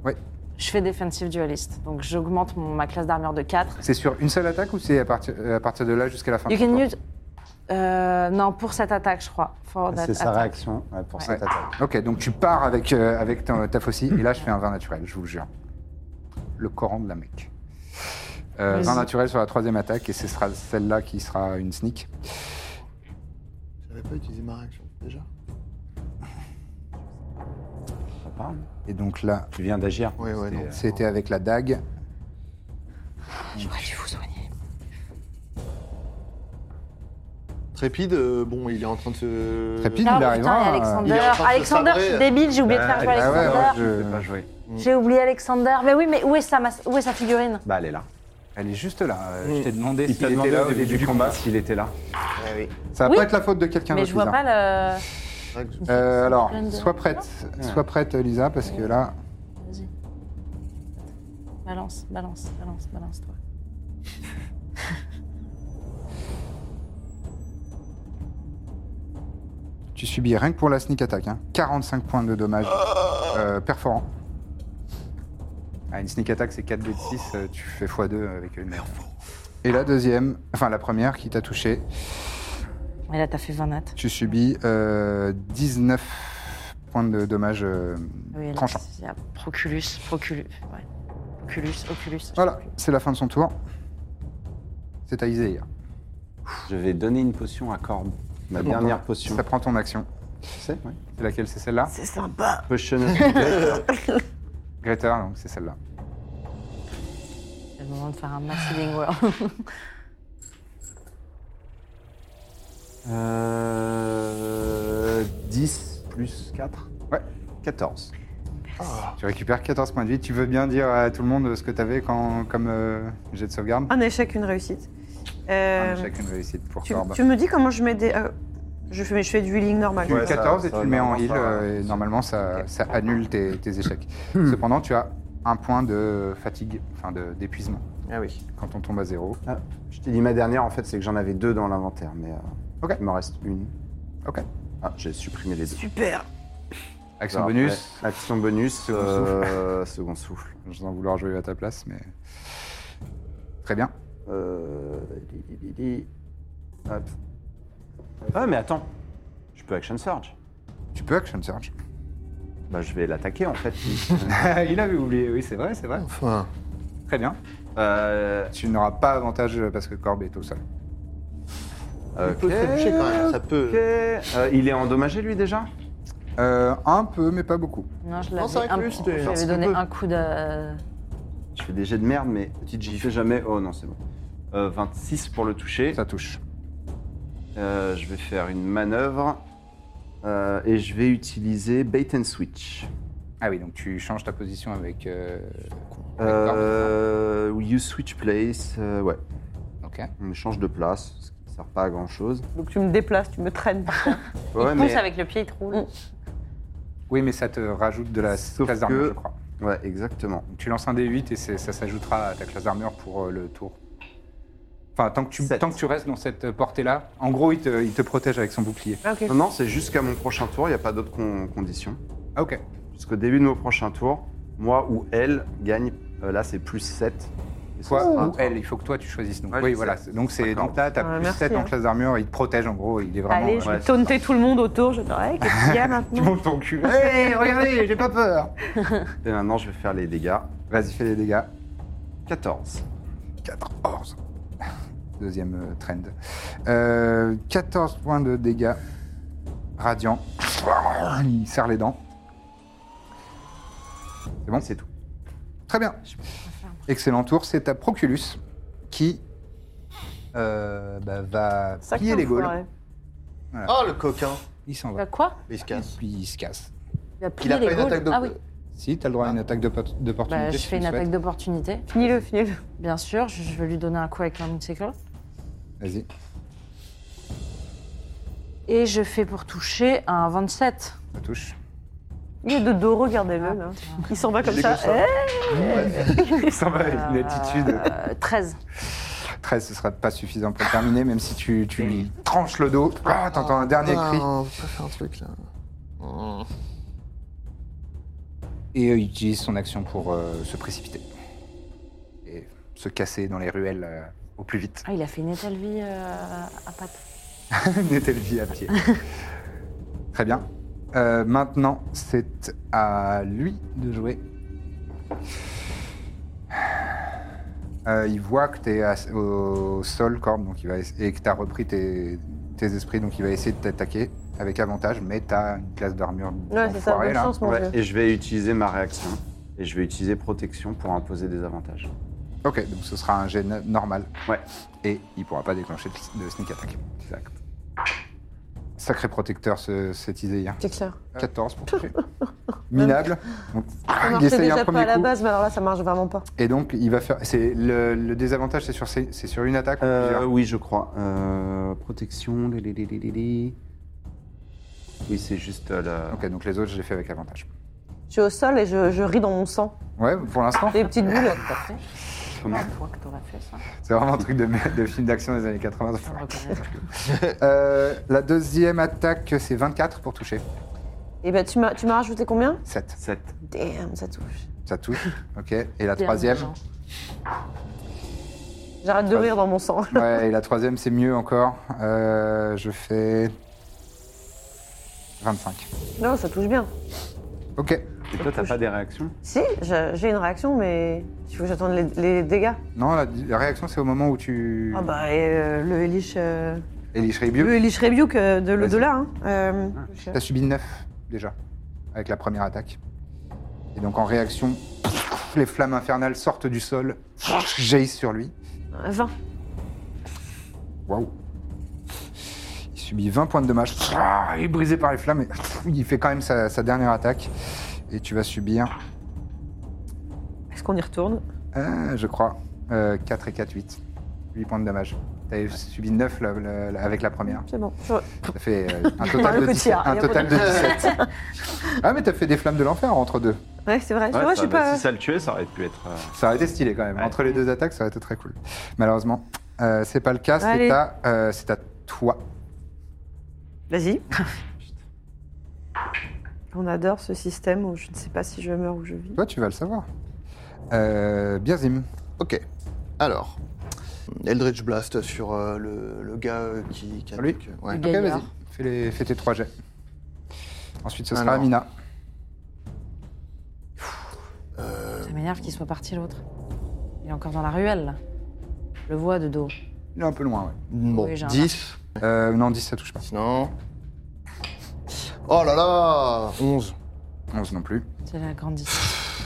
Ouais.
Je fais Defensive Duelist. Donc, j'augmente mon- ma classe d'armure de 4.
C'est sur une seule attaque ou c'est à, partir- euh, à partir de là jusqu'à la fin
You
de ton
can
tour
use. Euh, non, pour cette attaque, je crois.
Ah,
For
Ah,
that
C'est sa
attack.
réaction ouais, pour cette attaque.
Ok, donc tu pars avec, euh, avec ta, ta faucille et là je fais un 20 naturel, je vous le jure. Le Coran de la Mecque. Euh, 20 naturel sur la troisième attaque et ce sera celle-là qui sera une sneak.
J'avais pas utilisé ma réaction déjà.
Ça parle
Et donc là,
Tu viens d'agir.
Ouais, ouais,
C'est,
non.
euh,
c'était avec la dague.
J'aurais dû vous soigner.
Trépide, euh, bon, il est en train de se.
Trépide,
Ah,
il arrive.
putain, et
hein,
Alexander.
il est en train de
Alexander, je
sabrer.
suis débile, j'ai oublié de faire jouer
bah ouais,
Alexander.
ouais,
je
je-
euh,
sais pas jouer.
J'ai oublié Alexander. Mais oui, mais où est sa, mas- où est sa figurine
Bah, elle est là.
Elle est juste là. euh, Je t'ai demandé
Il
s'il
t'a
était
demandé
là
au début du combat s'il était là.
Ouais, oui.
Ça va
Oui.
pas être la faute de quelqu'un
Mais
d'autre.
je vois
Lisa.
pas le.
C'est vrai que je-
Euh, alors,
plein de-
sois prête, sois prête, Lisa, parce que là,
Vas-y. Balance, balance, balance, balance toi.
tu subis rien que pour la sneak attack, hein, 45 points de dommages euh, perforants. Ah, une sneak attack, c'est 4 d 6, euh, tu fais x2 avec une. Et la deuxième, enfin la première qui t'a touché,
Mais là, t'as fait 20 nattes.
tu subis euh, 19 points de dommages euh,
Oui, là,
tranchants.
c'est à Proculus, Proculus, ouais. Proculus, Oculus. je sais
Voilà,
plus.
c'est la fin de son tour. C'est à Iséir.
Je vais donner une potion à Corbe. Ma dernière potion.
Ça prend ton action.
Tu sais, ouais.
C'est laquelle C'est celle-là
C'est sympa.
Potion
Greta, donc c'est celle-là.
C'est le moment de faire un mass healing world.
Euh, 10 plus 4
Ouais.
14.
Tu récupères 14 points de vie. Tu veux bien dire à tout le monde ce que tu avais quand, comme euh, jet de sauvegarde
Un échec, une réussite.
Un
Euh,
échec, une réussite pour
tu,
Corbe.
tu me dis comment je mets des. euh, je, fais, je fais du healing normal.
Tu
Ouais,
le
ça-
14 et tu
ça va,
le mets en
normalement,
heal
ça va.
euh, et normalement ça, ça annule tes, tes échecs. Cependant, tu as un point de fatigue, enfin de- d'épuisement
Ah oui.
quand on tombe à zéro.
Ah, Je t'ai dit ma dernière, en fait, c'est que j'en avais deux dans l'inventaire, mais euh,
Ok.
il me reste une.
Ok.
Ah, j'ai supprimé les deux.
Super.
Action
Alors,
bonus,
après, action bonus,
Second
euh, second souffle.
je vais en vouloir jouer à ta place, mais. Très bien.
Euh, di- di- di- di. Hop. Ah, mais attends, je peux action surge.
Tu peux action surge.
Bah, je vais l'attaquer en fait.
Il avait oublié, oui, c'est vrai, c'est vrai.
Enfin.
Très bien.
Euh,
Tu n'auras pas avantage parce que Corbe est au sol.
Euh, Ok.
peut se toucher quand même, ça peut.
Euh, il est endommagé lui déjà
Euh, un peu, mais pas beaucoup.
Non, je
Non, c'est vrai
l'avais
que
un-
lui, c'était-
je lui
parce
avais
qu'il
donné
peut.
un coup de.
Je fais des jets de merde, mais petite j'y fais jamais. Oh non, c'est bon. Euh, 26 pour le toucher.
Ça touche.
Euh, je vais faire une manœuvre euh, et je vais utiliser bait and switch.
Ah oui, donc tu changes ta position avec. euh, avec Orbe,
Euh, you switch place, euh, ouais.
c'est ça Ok.
On change de place, ce qui ne sert pas à grand chose.
Donc tu me déplaces, tu me traînes.
Ouais,
il pousse avec le pied, il te roule.
Oui, mais ça te rajoute de la
Sauf
classe d'armure,
que-
je crois.
ouais, exactement.
Donc, tu lances un D8 et c'est- ça s'ajoutera à ta classe d'armure pour euh, le tour. Enfin, tant que, tu,
Sept.
tant que tu restes dans cette euh, portée-là, en gros, il te, il te protège avec son bouclier.
Non, non, c'est jusqu'à mon prochain tour, il n'y a pas d'autres con- conditions.
Ah, ok.
Jusqu'au début de mon prochain tour, moi ou elle gagne, euh, là c'est plus 7. Et ce
Toi
sera
ou
toi.
elle, il faut que toi tu choisisses. Donc,
Oh. Ouais,
oui,
je
voilà.
sais.
Donc, c'est,
D'accord.
donc là, t'as
Ouais,
plus
merci,
7 en
hein.
classe d'armure, il te protège en gros, il est vraiment. euh,
Allez, je
ouais,
vais
c'est
taunter tout le monde autour. Je dirais, qu'est-ce qu'il y a
Tu
maintenant
montes ton cul. Hé, regardez, j'ai pas peur.
Et maintenant je vais faire les dégâts.
Vas-y, fais des dégâts.
14.
14. Deuxième euh, trend. Euh, 14 points de dégâts. Radiant. Il serre les dents. C'est bon
Et c'est tout.
Très bien. Excellent tour. C'est à Proculus qui euh, bah, va
Sacré
piller les Gaules.
enfoiré.
Oh le coquin
Il s'en
Il va
va.
Bah, quoi
Il se casse.
Puis il se casse.
Il va
Il
plier
a pas
les
une
gaules.
attaque de.
Ah oui,
Si, t'as le droit à une attaque de pot- d'opportunité.
bah, je
si
fais
tu
une
le
attaque
souhaites.
d'opportunité.
Finis-le, finis-le.
Bien sûr, je je vais lui donner un coup avec un multicolore.
Vas-y.
Et je fais pour toucher un 27.
Ça touche.
Il est de dos, regardez-le. là.
Ah.
Il s'en va comme ça. Eh
Il s'en va avec une attitude.
Euh, 13.
13, ce sera pas suffisant pour le terminer, même si tu, tu lui tranches le dos. Ah, t'entends un dernier cri.
Non, faut faire un truc là. Oh.
Et euh, il utilise son action pour euh, se précipiter. Et se casser dans les ruelles euh, au plus vite.
Ah, il a fait une étale vie euh, à pattes.
N'était le vie à pied. Très bien. Euh, maintenant, c'est à lui de jouer. Euh, il voit que t'es à- au sol, Corbe, donc il va ess- et que t'as repris tes, tes esprits, donc il va essayer de t'attaquer avec avantage, mais t'as une classe d'armure
Ouais, c'est ça,
enfoirée,
bonne
là.
chance, mon
Ouais,
vieux.
et je vais utiliser ma réaction. Et je vais utiliser protection pour imposer des avantages.
Ok, donc ce sera un jet no- normal.
Ouais.
Et il pourra pas déclencher de de sneak attack.
Exact.
Sacré protecteur, ce, cet Iséien.
C'est clair.
14 pour toucher. Minable. Donc, ah,
Ça
il
marchait
essaye
déjà
un
pas à
premier
la
coup.
base, mais alors là, ça marche vraiment pas.
Et donc, il va faire. C'est le, le désavantage, c'est sur, c'est c'est sur une attaque. ou
Euh,
plusieurs
oui, je crois. Euh, protection. li, li, li, li, li, li. Oui, c'est juste euh, la.
Ok, donc les autres, je les fais avec avantage.
Je suis au sol et je, je ris dans mon sang.
Ouais, pour l'instant,
Des petites boules.
T'as fait
Comment
Une fois que t'aurais fait ça.
c'est vraiment un truc de, merde, de film d'action des années 80.
Je reconnais.
Euh, la deuxième attaque, c'est 24 pour toucher.
Et ben tu m'as tu m'as rajouté combien
7.
7.
Damn, ça touche.
Ça touche. Ok. Et la troisième.
J'arrête de rire dans mon sang.
Ouais, et la troisième, c'est mieux encore. Euh, je fais. 25.
Non, ça touche bien.
Ok.
Et toi, t'as pas des réactions
Si, je- j'ai une réaction, mais il faut que j'attende les, les dégâts.
Non, la, la réaction, c'est au moment où tu.
Ah bah, et, euh, le Elish... euh,
Elish
le
Rebuke,
Elish Rebuke euh, de l'au-delà. Hein. Euh,
t'as subi 9 déjà, avec la première attaque. Et donc en réaction, les flammes infernales sortent du sol, jaillissent sur lui.
Ah.
20.
Waouh. Il subit 20 points de dommage. Ah, Il est brisé par les flammes, et il fait quand même sa, sa dernière attaque. Et tu vas subir,
Est-ce qu'on y retourne
euh, je crois, euh, 4 et 4, 8. 8 points de dommage. T'avais subi 9 la- la- la- avec la première.
C'est bon. Je-
Ça fait euh, un total de
le coup de
17.
tir,
un
il y a
total de 17. Ah, mais t'as fait des flammes de l'enfer entre deux.
Ouais, c'est vrai. Moi,
Ouais,
je
ça-
suis
bah,
pas...
Si ça le tuait, ça aurait pu être. euh,
Ça aurait été stylé quand même.
Ouais.
Entre les deux attaques, ça aurait été très cool. Malheureusement, euh, c'est pas le cas. C'est
Allez.
à, euh, c'est à toi.
Vas-y. On adore ce système où je ne sais pas si je meurs ou je vis.
Toi, tu vas le savoir. Euh, Biazim.
Ok. Alors. Eldritch Blast sur euh, le, le gars euh, qui, qui a
Sur lui
donc, euh, ouais.
Ok,
Gaillard.
vas-y. Fais, les- fais tes trois jets. Ensuite, ce sera
Alors.
Amina.
Ça m'énerve qu'il soit parti l'autre. Il est encore dans la ruelle là. Je le vois de dos.
Il est un peu loin, ouais.
Bon,
Oui, j'ai un
10.
Euh, non, 10, ça touche pas.
Sinon. Oh là là Hum. 11.
11 non plus.
C'est la grande histoire.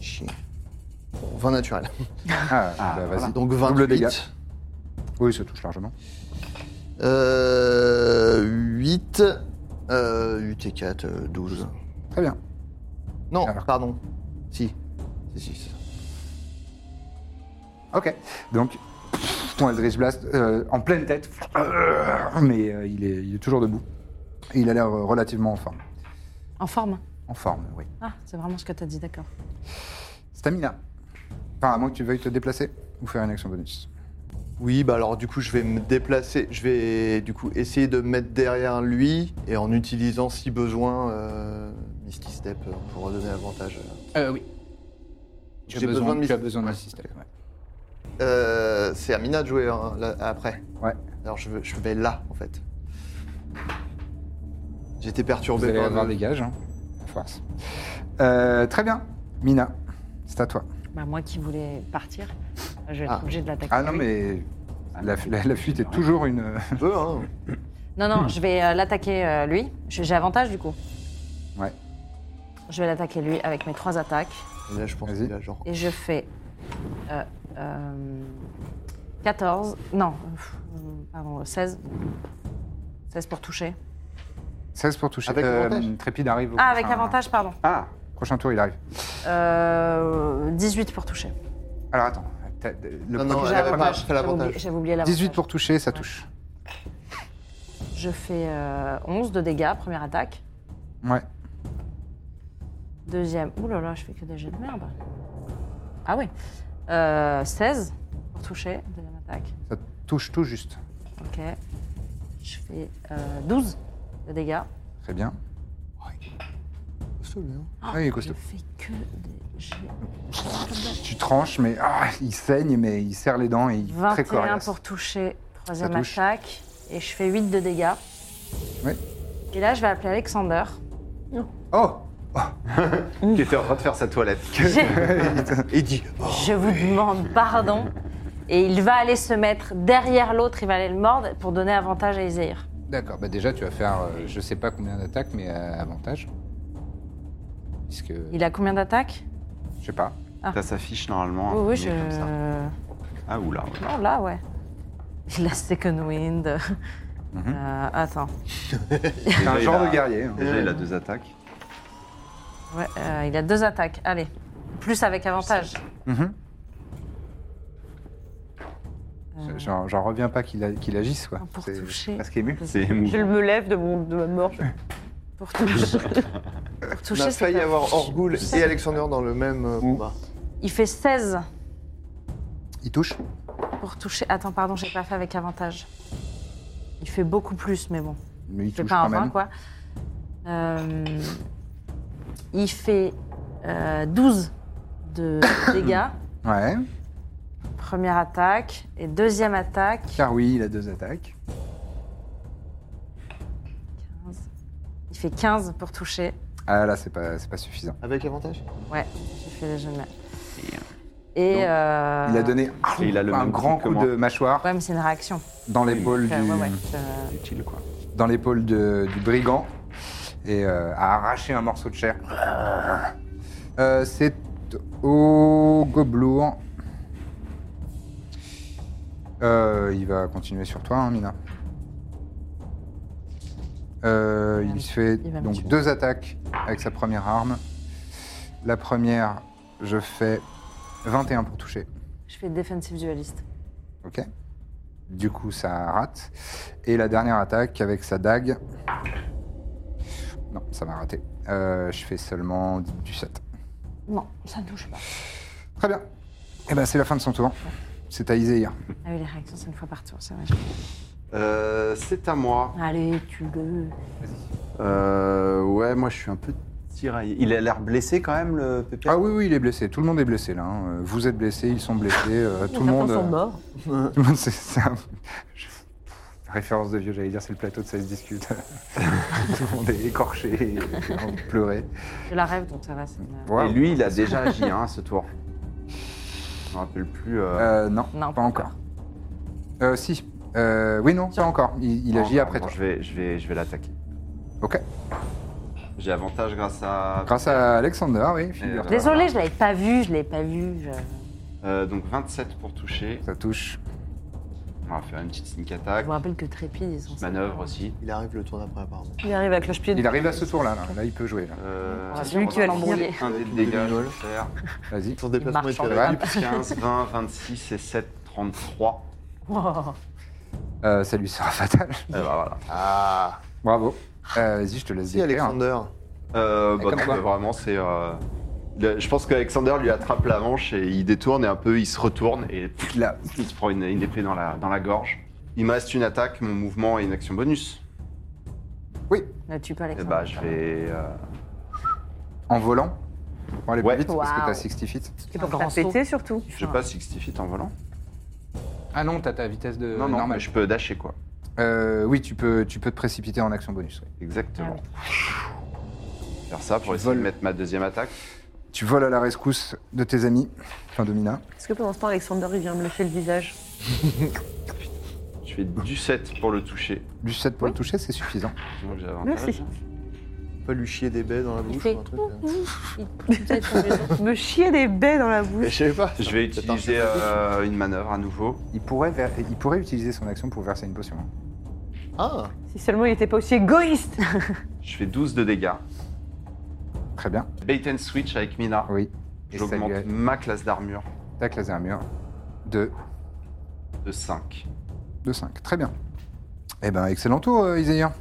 Chier. Bon, 20 naturel.
Ah, bah, vas-y.
Donc
Double dégâts.
28.
Oui, ça touche largement.
Euh, 8. Euh, 8 et 4, euh, 12.
Très bien.
Non,
Alors.
pardon. Si. Si, si, si.
Ok. Donc, ton Eldritch Blast euh, en pleine tête, mais euh, il, est, il est toujours debout. Et il a l'air euh, relativement en forme.
En forme
En forme, oui.
Ah, c'est vraiment ce que t'as dit, d'accord.
Stamina. Enfin, à moins que tu veuilles te déplacer ou faire une action bonus.
Oui, bah alors du coup, je vais me déplacer. Je vais du coup essayer de me mettre derrière lui et en utilisant si besoin euh, Misty Step euh, pour redonner avantage.
Euh, oui. Tu as
J'ai
besoin,
besoin de
tu as
Misty-
besoin de Misty Step, ouais.
Euh, C'est à Mina de jouer hein, là, après.
Ouais.
Alors je, veux- je vais là en fait. J'étais
Vous
perturbé
allez
par
avoir
le-
des gages, hein. Force. Euh, très bien. Mina, c'est à toi.
Bah, moi qui voulais partir, je vais
Ah.
être obligée de l'attaquer.
Ah non, mais la, la- la fuite est toujours une.
Je veux, hein.
Non, non, je vais euh, l'attaquer euh, lui. Je- J'ai avantage du coup.
Ouais.
Je vais l'attaquer lui avec mes trois attaques.
Et Là, je pense
Vas-y.
qu'il a genre.
Et je fais. euh, euh, 14. Non, pff, euh, pardon, 16. 16 pour toucher.
16 pour toucher. Euh,
Avec avantage
Trépide arrive. au
Ah, avec
prochain-
avantage, pardon.
Ah,
Prochain tour, il arrive.
Euh, 18 pour toucher.
Alors attends. T'as- Le
Non, non,
premier-
elle avait pas fait
J'avais oublié-
l'avantage.
J'avais oublié l'avantage.
18 pour toucher, ça touche.
Je fais euh, 11 de dégâts, première attaque.
Ouais.
Deuxième. Ouh là là, je fais que des jets de merde. Ah ouais. Euh, 16 pour toucher, deuxième attaque.
Ça touche tout juste.
Ok. Je fais euh, 12 de dégâts.
Très bien.
Oh,
Costaud, lui, hein.
Ah,
oui, il est costaud.
Je fais que des jets.
Tu tranches, mais ah, il saigne, mais il serre les dents et il est très
21
coriace.
pour toucher, troisième
Ça touche.
attaque. Et je fais 8 de dégâts.
Ouais.
Et là, je vais appeler Alexander.
Oh
qui était en train de faire sa toilette.
Et il dit oh,
Je vous demande pardon. Et il va aller se mettre derrière l'autre, il va aller le mordre pour donner avantage à Iséir.
D'accord, bah déjà tu vas faire euh, je sais pas combien d'attaques, mais euh, avantage. Puisque.
Il a combien d'attaques
Je sais pas.
Ça s'affiche normalement.
Oui, oui, je.
imprimé comme ça. Ah, oula. oula.
Non, là, ouais. Il a Second Wind. Euh, attends.
C'est
Déjà,
un
il
genre
a-
de guerrier. hein.
Déjà, il a deux attaques.
Ouais, euh, il a deux attaques. Allez. Plus avec avantage.
Mhm.
Euh.
Je- J'en j'en reviens pas qu'il a- qu'il agisse, quoi.
Pour
C'est-
toucher.
Parce qu'il est ému.
C'est émouvant.
Je me lève de, mon, de ma mort. je-
Pour toucher. pour
on
toucher,
a
c'est
failli
pas-
avoir Orgul et Alexander dans le même euh, combat.
Il fait 16
Il touche
pour toucher. Attends, pardon, j'ai pas fait avec avantage. Il fait beaucoup plus, mais bon.
Mais il
Je fais
touche
pas un
quand
20,
même.
quoi. Euh, il fait euh, 12 de dégâts.
Ouais.
Première attaque. Et deuxième attaque.
Car oui, il a deux attaques.
Il fait 15 pour toucher.
Ah là, c'est pas, c'est pas suffisant.
Avec avantage
Ouais, j'ai fait les jeux de merde.
Et, euh, donc,
Et. euh,
Il a donné
Et il a le
un
même
grand
truc que
coup
moi.
de mâchoire
Ouais, mais c'est une réaction.
dans l'épaule du,
Enfin, ouais, ouais, je-
Utile, quoi.
dans l'épaule de- du brigand et euh, a arraché un morceau de chair. Euh, c'est au hein. gobelour. Euh, il va continuer sur toi, hein, Mina. Euh, il se fait
il va me
donc
tuer.
deux attaques avec sa première arme. La première, je fais 21 pour toucher.
je fais défensive dualiste.
Ok. Du coup, ça rate. Et la dernière attaque avec sa dague. Non, ça m'a raté. Euh, je fais seulement du 7.
Non, ça ne touche pas.
Très bien. Et ben, c'est la fin de son tour. C'est à Iséir.
Ah oui, les réactions, c'est une fois par tour, c'est vrai.
Euh, c'est à moi.
Allez, tu le.
Euh, ouais, moi, je suis un peu tiraillé. Il a l'air blessé, quand même, le pépé.
Ah oui, oui, il est blessé. Tout le monde est blessé là. hein. Euh, Vous êtes blessés, ils sont blessés. euh, tout
Certains
le monde.
sont morts.
tout le monde, c'est- c'est un- je- Référence de vieux, j'allais dire, c'est le plateau de ça se discute. tout le monde est écorché, et pleuré.
Je la rêve, donc ça va. c'est une- euh,
Wow.
Et lui, il a déjà agi, hein, ce tour. Je me rappelle plus. euh,
Euh, non,
Non,
pas encore. Euh, si. Euh, oui, non, pas encore. Il, il
Non,
agit
non,
après
non,
toi.
Je vais, je vais, je vais l'attaquer.
Ok.
J'ai avantage grâce à.
Grâce à Alexander, oui, figure
Euh,
Désolée, je l'avais pas vu, je l'avais pas vu. je-
Euh, donc 27 pour toucher.
Ça touche.
On va faire une petite sneak
Je
attack.
vous rappelle que Trépide, ils sont.
Manœuvre aussi.
Il arrive le tour d'après, apparemment.
Il arrive avec le pied
Il arrive à ce tour-là, là. Là, il peut jouer. là.
Euh,
C'est lui qui va l'embrouiller.
Un dé de
Une
dégâts, je vais
demi-vol.
faire.
Vas-y.
Son déplacement
marche
est
en
réduit.
15, 20, 26 et 7, 33.
Oh,
Euh, ça lui sera fatal.
Euh, bah, voilà.
Ah
Bravo. Euh, Vas-y, je te laisse
Si,
décrire.
Alexander.
Euh, bah,
comme
non,
quoi.
mais vraiment, c'est. euh, le- Je pense qu'Alexander lui attrape la manche et il détourne et un peu il se retourne et pff,
Là.
il se prend une, une épée dans la, dans la gorge. Il me reste une attaque, mon mouvement et une action bonus.
Ne tue pas
Et
Alexandre.
bah je vais. euh,
En volant. Pour aller
Ouais.
plus vite, parce que
Waouh.
t'as 60 feet.
qui peut pas péter surtout.
Je passe 60 feet en volant.
Ah non, t'as ta vitesse de
non, non, mais
normale.
je peux dasher quoi.
Euh, oui, tu peux, tu peux te précipiter en action bonus. Ah oui.
Exactement. Faire ça pour
Tu
essayer de
voles.
mettre ma deuxième attaque.
Tu voles à la rescousse de tes amis, enfin de Mina.
Est-ce que pendant ce temps, Alexander, il vient me lécher le visage
Je fais du 7 pour le toucher.
Du 7 pour le toucher, c'est suffisant.
Donc j'ai avantage.
Merci.
Pas lui chier des baies dans la bouche
fait
ou un truc. hein.
Eh ben,
Me chier des baies dans la
Mais
bouche.
Je sais pas.
Je vais
Peut-être un
utiliser
cheveu de
euh, une manœuvre à nouveau.
Il pourrait, ver- il pourrait utiliser son action pour verser une potion.
bouche. Ah
Si seulement il était pas aussi égoïste
Je fais 12 de dégâts.
Très bien.
Bait and switch avec Mina.
Oui. Et ça lui
J'augmente ma classe d'armure
attaque les armures de,
de 5.
de 5. Très bien. Eh ben, excellent tour, euh, Isaïen.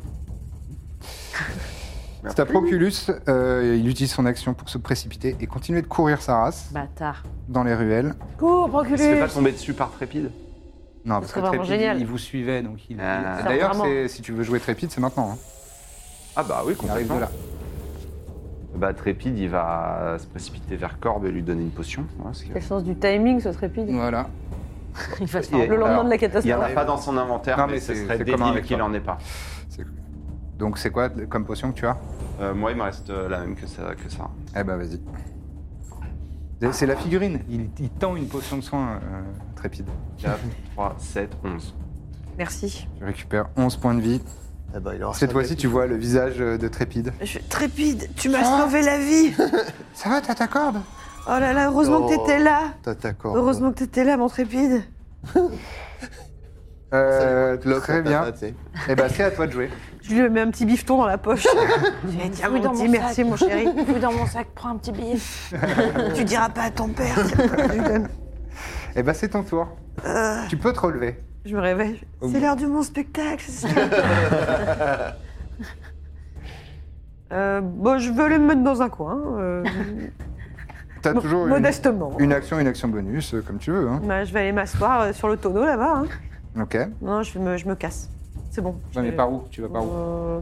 C'est à Proculus. euh, il utilise son action pour se précipiter et continuer de courir sa race
Bâtard.
dans les ruelles.
Cours,
Il se fait
Proculus
pas tomber dessus par Trépide
Non,
serait vraiment
Trépide,
génial.
il vous suivait, donc il.
Ah.
D'ailleurs,
Vraiment.
c'est- si tu veux jouer Trépide, c'est maintenant. hein.
Ah bah oui,
Il arrive de
complètement.
là.
Bah Trépide, il va se précipiter vers Corbe et lui donner une potion. hein, Ouais, parce que-
Quel sens du timing, ce trépide
Voilà.
Il va se
Et-
Le lendemain
alors,
de la
Il n'y en
catastrophe.
a pas dans son inventaire,
Non,
mais,
mais
ce
c'est-
serait
c'est commun
débile
avec
qu'il
toi.
n'en ait pas.
Donc, c'est quoi comme potion que tu as
Euh, moi, il me reste euh, la même que ça. Que ça.
Eh ben, vas-y. C'est- C'est la figurine. Il, il tend une potion de soin euh, trépide.
4, 3, 7, 11.
Merci.
Tu récupères 11 points de vie.
Eh ben, il aura
Cette
sa
fois-ci,
tête.
tu vois le visage euh, de Trépide.
Je... Trépide, tu m'as
Ah.
sauvé la vie.
Ça va, t'as ta corde
Oh là là, heureusement que
Oh.
t'étais là.
T'as ta corde.
Heureusement que t'étais là, mon Trépide.
euh,
Clope,
Très
ta
bien.
patate, tu sais.
Eh ben, c'est à toi de jouer.
Je lui mets un petit bifton dans la poche.
J'ai dit,
Ah, mon
dans
petit,
mon
merci,
sac.
mon chéri.
Fous dans mon sac, prends un petit billet.
tu diras pas à ton père.
Eh ben, c'est ton tour.
Euh.
Tu peux te relever.
Je me réveille.
C'est l'heure de mon spectacle, c'est ça
Euh, bon, je veux le mettre dans un coin. euh,
T'as
mo-
Ah, toujours une,
modestement.
une action, une action bonus, euh, comme tu veux. hein.
Bah, je vais aller m'asseoir euh, sur le tonneau là-bas. hein.
Ok.
Non, je me, je me casse. C'est bon.
Non, mais
Je-
par où Tu vas par où
Euh,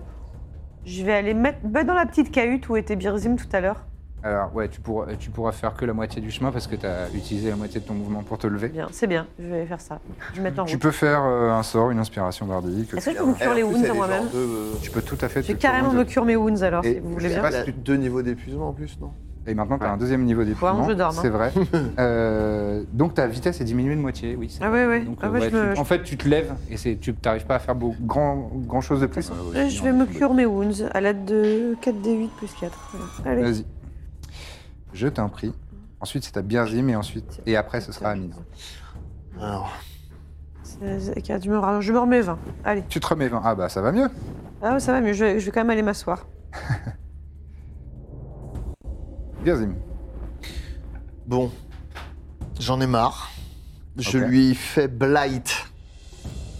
Je vais aller mettre bah, dans la petite cahute où était Birzim tout à l'heure.
Alors, ouais, tu pourras, tu pourras faire que la moitié du chemin parce que t'as utilisé la moitié de ton mouvement pour te lever.
Bien, c'est bien. Je vais faire ça. Je vais mettre en
Tu
route.
peux faire euh, un sort, une inspiration bardique.
Est-ce que je peux me
Eh, en
curer les
plus,
wounds
elle
à
est
moi-même
genre deux, euh,
Tu peux tout à fait.
Je vais
te-
carrément me curer mes wounds alors,
Et-
si vous voulez
Je sais
bien.
pas
elle
si tu-
a deux niveaux d'épuisement en plus, non
Et maintenant, tu as
Ouais.
un deuxième niveau
Faut
d'épuisement.
vraiment que je dorme, hein.
C'est vrai. Euh, donc, ta vitesse est diminuée de moitié, oui. c'est
Ah
vrai.
ouais, ouais.
Donc,
Ah
euh,
ouais,
ouais,
je me-
tu- En fait, tu te lèves et c'est- tu n'arrives pas à faire beau- grand, grand chose de plus.
Euh, Je vais me curer mes wounds à l'aide de 4d8 plus 4. Allez.
Vas-y. Je t'en prie. Ensuite, c'est à Birzim et ensuite. Et après, ce sera à Mina.
Alors,
C'est- quatre, Je me, ra- je me remets 20. Allez.
Tu te remets 20. Ah, bah, ça va mieux.
Ah ouais, ça va mieux, je vais, je vais quand même aller m'asseoir.
Birzim.
bon. J'en ai marre. Je
Ok.
lui fais blight.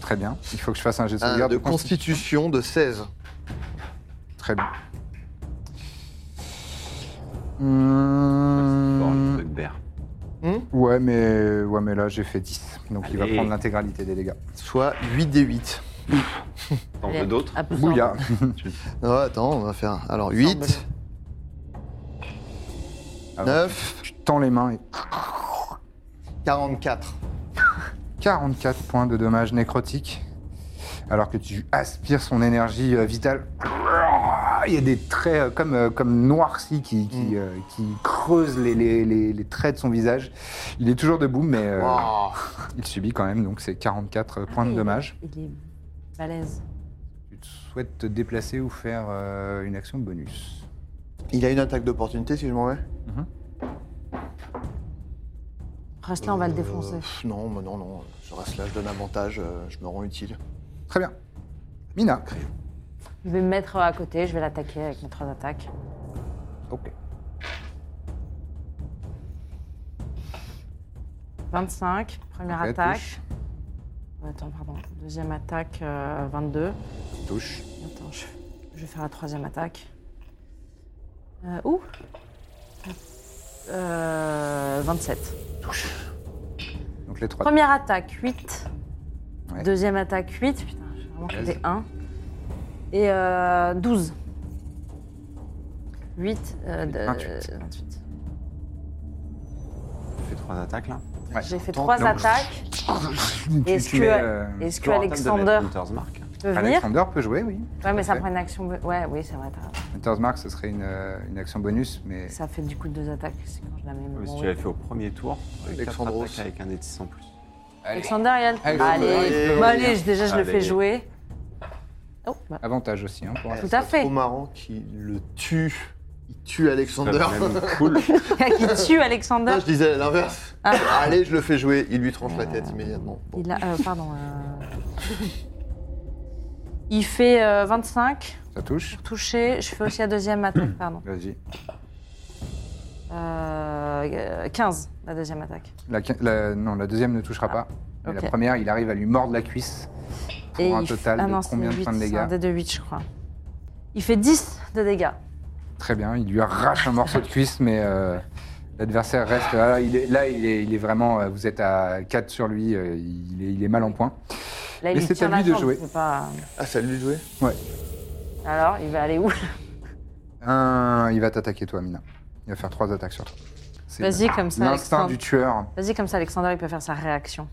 Très bien. Il faut que je fasse un jet de
Un
sauvegarde.
Euh, de
consti-
constitution de 16.
Très bien. Mmh.
Bon, le bugbear.
Ouais, mais... ouais, mais là, j'ai fait 10. Donc, il va
Allez.
prendre l'intégralité des dégâts.
Soit 8 des 8.
T'en veux d'autres
Absorbe.
Bouya.
Oh, attends, on va faire. Alors, 8,
Ah ouais.
9,
Tu tends les mains et
44.
44 points de dommages nécrotiques. Alors que tu aspires son énergie euh, vitale. il y a des traits euh, comme, euh, comme noircis qui, qui,
Mm.
euh, qui creusent les, les- les- les traits de son visage. Il est toujours debout, mais euh,
Wow.
il subit quand même, donc c'est 44 points de dommage.
Il est balèze.
Tu te souhaites te déplacer ou faire euh, une action bonus
Il a une attaque d'opportunité si je m'en vais
Reste là, on va le défoncer.
Euh, pff, non, mais non, non. Je reste là, je donne avantage, euh, je me rends utile.
Très bien. Mina.
Je vais me mettre à côté, je vais l'attaquer avec mes trois attaques.
Ok.
25, première
Ok,
attaque.
touche.
Attends, pardon. Deuxième attaque, euh, 22.
Touche.
Attends, je, je vais faire la troisième attaque. Euh, ouh Euh, 27.
Donc les trois.
Première attaque, 8.
Ouais.
Deuxième attaque, 8. Putain, j'ai vraiment que
Vas-y.
des 1. Et euh, 12. 8. Euh, de-
28.
28.
On fait trois attaques là.
J'ai fait
J'entends
trois
que-
attaques.
Tu-
Est-ce
tu
que-
mets, euh,
Est-ce que
Toujours en tête de
Alexander
mettre Hunter's Mark.
peut venir
Alexander peut jouer, oui.
Ouais, mais ça
fait.
prend une action. bo- Ouais, oui, c'est vrai. t'as raison.
Hunter's Mark, ce serait une, euh, une action bonus, mais
Ça fait du coup deux attaques. C'est quand je la mets. mais
Oui,
bon,
Si
oui.
tu l'avais fait au premier tour, avec quatre
Alexandros.
attaques avec un des 10 en plus.
Alexander et Alt. Allez,
Alexander,
allez,
allez.
Bon, allez, je- déjà je le
Allez.
fais jouer. Oh, bah,
avantage aussi. Hein, pour un-
tout à
C'est
fait.
trop marrant qu'il le tue. Il tue
Ça
Alexander.
serait même cool.
Qui tue Alexander
Ah, je disais l'inverse.
Ah.
Allez, je le fais jouer. Il lui tranche la
Ah.
tête immédiatement. Bon.
Il a, euh, pardon. euh, Il fait euh, 25
Ça touche.
pour toucher. Je fais aussi la deuxième
Hmm.
attaque, pardon.
Vas-y.
Euh, euh, 15, la deuxième attaque.
La, qui- la- non, la deuxième ne touchera pas. Mais
ok.
La première, il arrive à lui mordre la cuisse pour un
il fait-
total
ah
de
non, c'est
combien de
huit,
points de
C'est un
dégâts
dé de 8, je crois. Il fait 10 de dégâts.
Très bien, il lui arrache un morceau de cuisse, mais euh, l'adversaire reste là. Il est, là, il est, il est vraiment. euh, Vous êtes à 4 sur lui, euh, il est, il est mal en point.
Là,
Mais
il lui
c'est
tire
à
la
lui de
jambe,
jouer.
c'est pas-
Ah, ça lui de jouer
Alors, il va aller où
Un, il va t'attaquer, toi, Mina. Il va faire 3 attaques sur toi. C'est
Vas-y, comme ça,
L'instinct
Alexandre.
du tueur.
Vas-y, comme ça, Alexander, il peut faire sa réaction.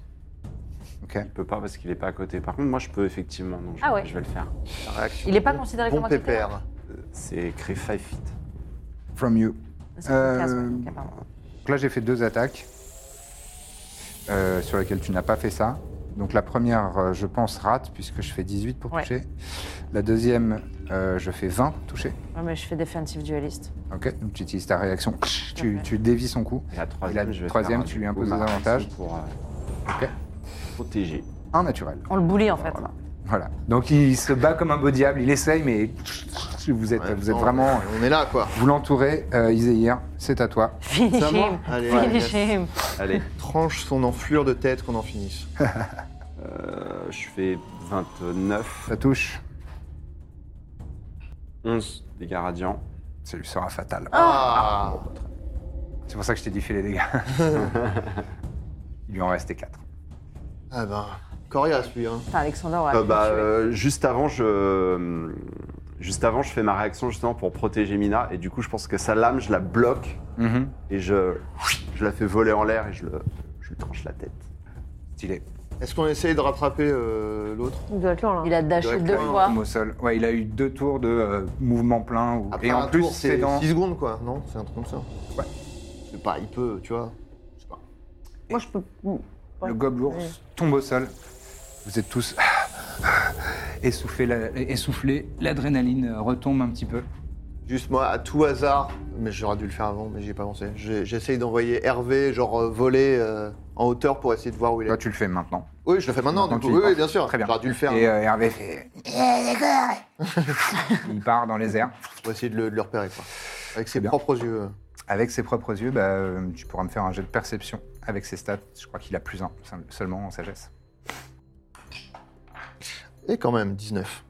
Ok.
Il peut pas parce qu'il est pas à côté. Par contre, moi je peux effectivement, donc je,
Ah ouais.
je vais le faire.
La réaction.
Il est pas
Bon-
considéré
bon
comme un
pépère.
C'est créer 5 feet.
From you.
C'est un casque,
Euh,
ok, pardon.
Donc là, j'ai fait deux attaques euh, sur lesquelles tu n'as pas fait ça. Donc la première, euh, je pense, rate, puisque je fais 18 pour
Ouais.
toucher. La deuxième, euh, je fais 20 pour toucher.
Ouais, mais je fais defensive dualiste.
Ok, donc tu utilises ta réaction, tu,
fait.
tu dévis son coup.
Et la troisième,
Et la
je vais
troisième,
faire,
tu
du
lui
coup,
imposes
ma
des
réaction
avantages.
Pour euh,
Ok.
protéger.
Un naturel.
On le boulie, en fait.
Voilà. Donc il se bat comme un beau diable, il essaye, mais vous êtes,
Ouais,
vous êtes
non,
vraiment...
On est là, quoi.
Vous l'entourez, euh, Iséir, c'est à toi.
Finish
Ça, moi
him.
Allez,
Finish
yes.
him.
Allez,
tranche son enflure de tête qu'on en finisse.
euh, je fais 29,
Ça touche,
11 dégâts radiants.
ça lui sera fatal.
Ah
C'est pour ça que je t'ai dit fais les dégâts. il lui en restait 4.
Ah ben, coriace lui, hein.
Putain, Alexander aurait
Euh,
pu
bah,
le tuer.
euh, juste avant, je. euh, Juste avant, je fais ma réaction justement pour protéger Mina. Et du coup, je pense que sa lame, je la bloque et je, je la fais voler en l'air et je, le, je lui tranche la tête.
Stylé.
Est-ce qu'on essaye de rattraper euh, l'autre
Il doit être loin, là.
Il a dashé
Ouais,
deux
clairement.
fois.
Tombe au sol. Ouais, il a eu deux tours de euh, mouvement plein. ou-
Après
Et en
un
plus,
tour,
c'est
c'est
dans.
6 secondes, quoi, non C'est un truc comme ça.
Ouais.
C'est pas, il peut, tu vois. Je sais pas.
Moi, je peux.
Le gobelours
Ouais.
tombe au sol. Vous êtes tous essoufflés. la- essoufflés. L'adrénaline euh, retombe un petit peu.
Juste moi, à tout hasard, mais j'aurais dû le faire avant, mais j'y ai pas pensé. J'ai- J'essaye d'envoyer Hervé, genre euh, voler euh, en hauteur pour essayer de voir où il est.
Toi, tu le fais maintenant.
Oui, je le fais maintenant,
Maintenant,
du
tu
coup.
y
Oui, oui,
penses.
bien sûr.
Très bien.
J'aurais dû le faire hein,
Et euh, Hervé fait. il part dans les airs.
pour essayer de le, de le repérer, quoi. Avec ses
bien.
propres yeux. euh.
Avec ses propres yeux, bah, euh, tu pourras me faire un jet de perception avec ses stats. Je crois qu'il a plus un seul- seulement en sagesse.
Et quand même, 19.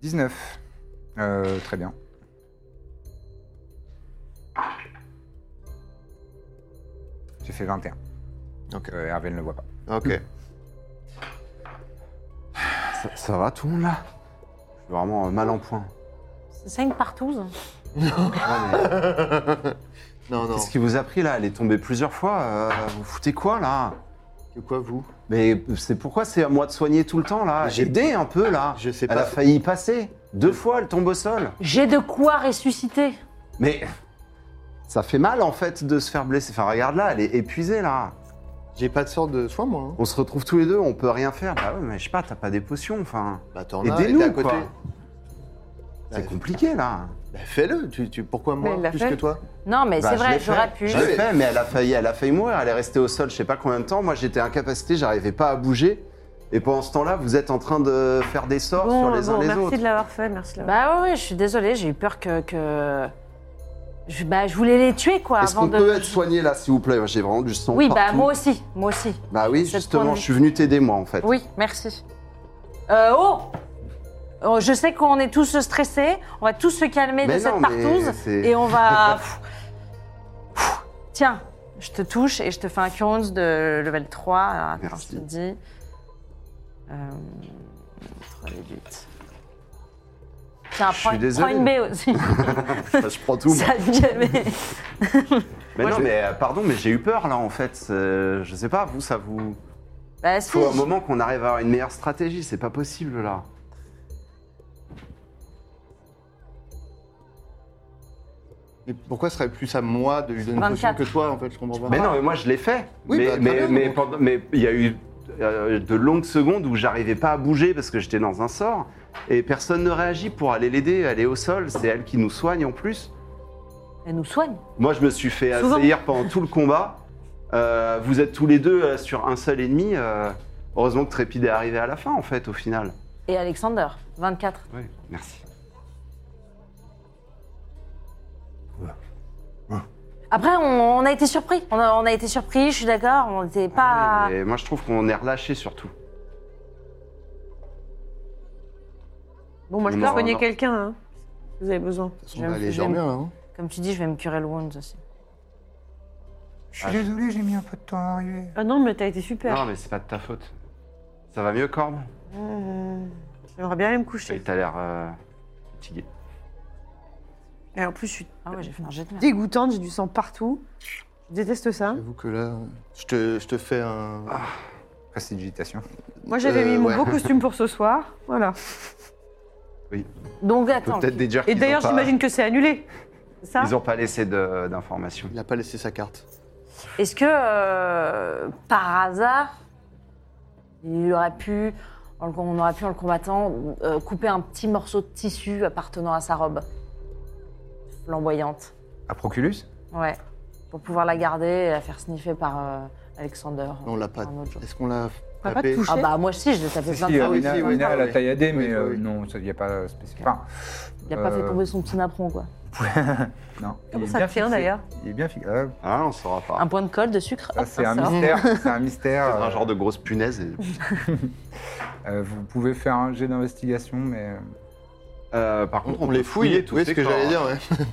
19. Euh, très bien. J'ai fait 21.
Ok.
Euh, Hervé ne le voit pas.
Ok.
Ça, va tout le monde là Je suis vraiment euh, mal en point.
C'est ça une partouze
non, non.
Qu'est-ce qui vous a pris là Elle est tombée plusieurs fois. euh, vous foutez quoi là
Que quoi, vous
Mais c'est pourquoi c'est à moi de soigner tout le temps là
J'ai-
J'ai aidé un peu là.
Je sais
Elle
pas.
a failli y passer. Deux fois, elle tombe au sol.
J'ai de quoi ressusciter.
Mais ça fait mal en fait de se faire blesser. Enfin, regarde là, elle est épuisée là.
J'ai pas de sorte de soin, moi. hein.
On se retrouve tous les deux, on peut rien faire. Bah ouais, mais je sais pas, t'as pas des potions, enfin.
Bah, t'en as, et
Aidez-nous,
t'es à côté.
quoi. C'est compliqué là.
Bah, fais-le. Tu, tu- pourquoi moi,
Mais il l'a
plus
fait.
que toi
Non, mais
Bah,
c'est
je
vrai,
l'ai
j'aurais
fait.
pu.
Je l'ai fait, mais elle a failli, elle a failli mourir. Elle est restée au sol, je sais pas combien de temps. Moi, j'étais incapacité, j'arrivais pas à bouger. Et pendant ce temps-là, vous êtes en train de faire des sorts sur
Bon,
les
bon,
uns les
merci
autres.
de l'avoir fait, merci de l'avoir
Bah ouais, ouais, je suis désolée, j'ai eu peur que. que- Je, bah, je voulais les tuer, quoi,
Est-ce
avant
qu'on
de.
peut être soigné là, s'il vous plaît J'ai vraiment du sang
Oui, bah
partout.
moi aussi, moi aussi.
Bah oui,
Sept points
justement,
de
je suis venu t'aider moi en fait.
Oui, merci. Euh, oh Oh, Je sais qu'on est tous stressés, on va tous se calmer
Mais
de
non,
cette
mais
partouze
c'est-
et on va. Pff, pff, Tiens, je te touche et je te fais un Curons de level 3. Alors, attends,
Merci.
je te dis. Euh, 3 des 8. Tiens,
Je
prends,
suis
prends
désolé.
une baie aussi.
Bah, je prends tout. moi.
Ça te calmer.
Mais
Moi,
non,
je-
mais euh, pardon, mais j'ai eu peur là en fait. Euh, je sais pas, vous, ça vous.
Bah, si.
Faut un moment qu'on arrive à avoir une meilleure stratégie, c'est pas possible là.
Mais pourquoi ce serait plus à moi de lui donner une potion
24.
que toi, en fait Je comprends pas.
Mais non, mais moi je l'ai fait.
Oui,
mais
bah, très
mais,
bien,
mais
donc.
pendant- mais il y a eu euh, de longues secondes où j'arrivais pas à bouger parce que j'étais dans un sort et personne ne réagit pour aller l'aider, elle est au sol, c'est elle qui nous soigne en plus.
Elle nous soigne.
Moi je me suis fait
Souvent.
assaillir pendant tout le combat. Euh, vous êtes tous les deux euh, sur un seul ennemi. euh, heureusement que Trépide est arrivé à la fin en fait au final.
Et Alexander, 24.
Oui, merci.
Après, on, on a été surpris. On a, on a été surpris, je suis d'accord. On n'était pas.
Ah.
Et moi je trouve qu'on est relâché surtout.
fait. Bon, moi, je peux
Non,
soigner
non.
quelqu'un, hein, si vous avez besoin.
On va
J'aime-
aller
j'aime-
dormir, là. hein.
Comme tu dis, je vais me curer le wound aussi.
Je suis désolé, j'ai mis un peu de temps à arriver.
Ah non, mais t'as été super.
Non mais c'est pas de ta faute. Ça va mieux Corbe
Mmh. J'aimerais bien aller me coucher.
Oui, T'as l'air euh, fatigué.
Et en plus, je suis
Ah ouais, j'ai fait un jet de merde.
dégoûtante, j'ai du sang partout. Je déteste ça.
J'avoue que là, je te, je te fais un.
Prestidigitation.
Moi, j'avais
Euh,
mis mon
ouais.
beau costume pour ce soir. Voilà.
Donc
On peut
attends.
peut-être déduire
Et
qu'ils
d'ailleurs,
ont pas-
j'imagine que c'est annulé. C'est Ça
Ils n'ont pas laissé de- d'informations.
Il a pas laissé sa carte.
Est-ce que euh, par hasard, il aurait pu, en le- on aurait pu en le combattant euh, couper un petit morceau de tissu appartenant à sa robe flamboyante,
À Proculus
ouais, pour pouvoir la garder et la faire sniffer par euh, Alexander.
Non, on l'a pas.
un autre jour.
Est-ce qu'on l'a
On l'a pas
tapé
touché.
Ah bah moi aussi, je l'ai tapé plein de
euh,
fois.
oui,
Mina,
si, oui,
Mina,
oui.
elle a tailladé, mais
Oui,
euh,
oui.
non, il n'y a pas spécial. Enfin,
Il a pas fait
euh,
tomber son petit napperon quoi.
Non. il
Comment
est
ça
bien
te tient,
fixé.
d'ailleurs
Il est bien fixé. Ah,
Ah, on saura pas.
Un point de colle de sucre.
ça, Ah,
hop,
c'est
Ah, ça
un
sort.
mystère. C'est un mystère.
Ah, Un
euh,
genre de grosse punaise. et-
euh, vous pouvez faire un jet d'investigation, mais. euh,
Euh, par
On,
contre,
on les fouille,
tout
oui, ce que j'allais
hein.
dire. ouais.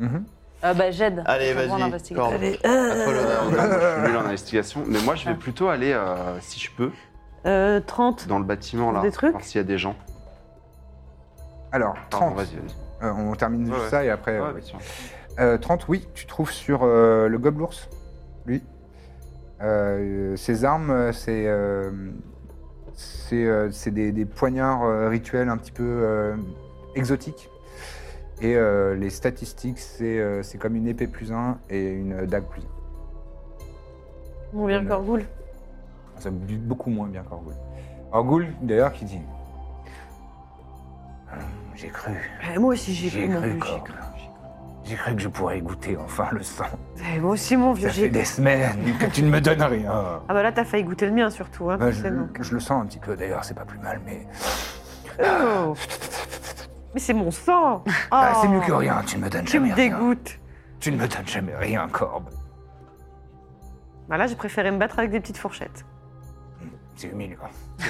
mhm.
Euh, bah j'aide.
Allez,
Je vais voir
vas-y.
l'investigation.
Corbe. À toi l'honneur.
euh,
je suis nul en investigation, mais moi je vais plutôt aller, euh, si je peux,
Euh, 30.
dans le bâtiment là.
Des trucs
Voir s'il y a des gens.
Alors,
Pardon,
30.
vas-y, vas-y.
Euh, on termine
Ouais,
juste
ouais.
ça et après.
Ouais,
euh,
bien sûr.
Euh, 30, oui, tu trouves sur euh, le gobelours, lui. Euh, ses armes, euh, c'est euh, c'est, euh, c'est des, des poignards euh, rituels un petit peu euh, exotiques. Et euh, les statistiques, c'est euh, c'est comme une épée plus 1 et une dague plus
On vient le
Non.
Corgoul.
1. Ça bute beaucoup moins bien qu'Orgul. Orgul, d'ailleurs, qui dit J'ai cru,
Eh, Moi aussi, j'ai cru, mon vieux. j'ai
Corbe. J'ai cru que je pourrais goûter enfin le sang.
cru. Eh, Moi aussi, mon vieux.
Ça fait
j'ai cru.
des semaines que tu ne me donnes rien.
Ah bah là, t'as failli goûter le mien surtout. Hein,
Bah,
tu
je,
sais, donc.
je le sens un petit peu d'ailleurs, c'est pas plus mal, mais
Oh. Mais c'est mon sang
Ah, c'est
Oh.
mieux que rien. Tu ne me donnes
Tu
jamais
me
rien.
dégoûtes.
Tu ne me donnes jamais rien, Corbe.
Bah là, j'ai préféré me battre avec des petites fourchettes.
C'est humiliant.
Ça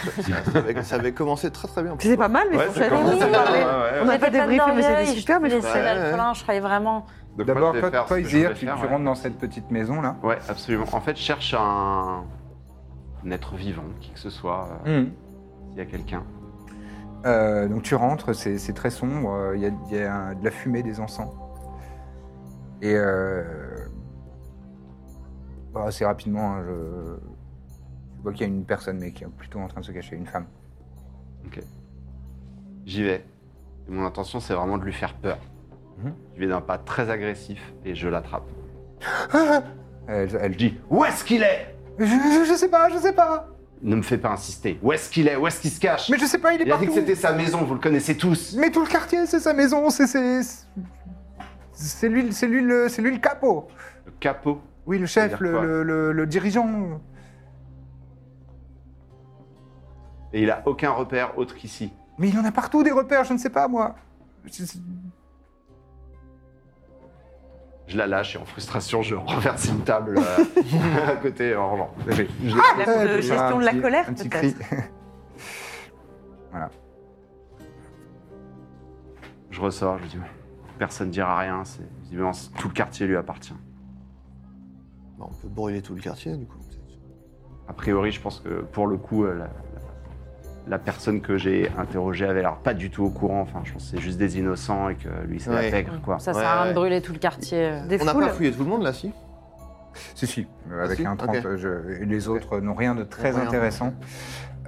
avait- ça avait commencé très très bien.
C'était pas mal, les
Ouais, c'est
fourchettes.
comment
Oui,
ça
oui, oui.
Ah ouais, ouais,
On
ouais.
a pas
J'étais pleine
débriefé, mais
d'orgueil,
c'était super, mais
je
je
laissais
Ouais, ouais.
l'alcoolin, je croyais vraiment.
Donc, moi,
D'abord,
je vais
toi,
faire
toi
ce que je
Isir,
vais
tu,
faire,
tu
ouais.
rentres dans cette petite maison là.
Ouais, absolument. En fait, je cherche un, un être vivant, qui que ce soit, euh,
Hmm.
s'il y a quelqu'un.
Euh, donc tu rentres, c'est c'est très sombre, euh, il y a, il y a un- de la fumée des encens. Et euh, bah, assez rapidement, hein, je, je vois qu'il y a une personne, mais qui est plutôt en train de se cacher, une femme.
J'y vais. Et mon intention, c'est vraiment de lui faire peur.
Mhm.
Je vais d'un pas très agressif et je l'attrape.
Elle, elle dit
Où est-ce qu'il est
je, je- je sais pas, je sais pas
Ne me fais pas insister. Où est-ce qu'il est Où est-ce qu'il se cache
Mais je sais pas, il est
Il a
partout
dit que c'était sa maison, vous le connaissez tous.
Mais tout le quartier, c'est sa maison, c'est. C'est c'est lui, le- c'est lui, le- c'est lui le capot
Le capot.
Oui, le chef,
Ça veut dire
le,
quoi
le- le- le dirigeant.
Et il a aucun repère autre qu'ici.
Mais il en a partout des repères, je ne sais pas moi Je- je-
Je la lâche et en frustration, je renverse une table euh, à côté en hurlant. Je-
La
Ah,
euh,
puis,
gestion
un
de la
petit-
colère,
un petit
peut-être.
cri.
Je ressors, je me dis personne dira rien, c'est visiblement, c'est- tout le quartier lui appartient.
Bah, on peut brûler tout le quartier, du coup.
A priori, je pense que pour le coup, euh, la, la- la personne que j'ai interrogée avait l'air pas du tout au courant. Enfin, je pense que c'est juste des innocents et que lui, c'est
Ouais.
la pègre, quoi.
Ça
Ouais,
sert à rien
ouais.
de brûler tout le quartier. euh,
Des
On n'a
foules.
pas fouillé tout le monde, là, si
Si, si, euh, avec
si
un 30,
Ok.
euh, je- et les autres n'ont rien de très
Rien.
intéressant.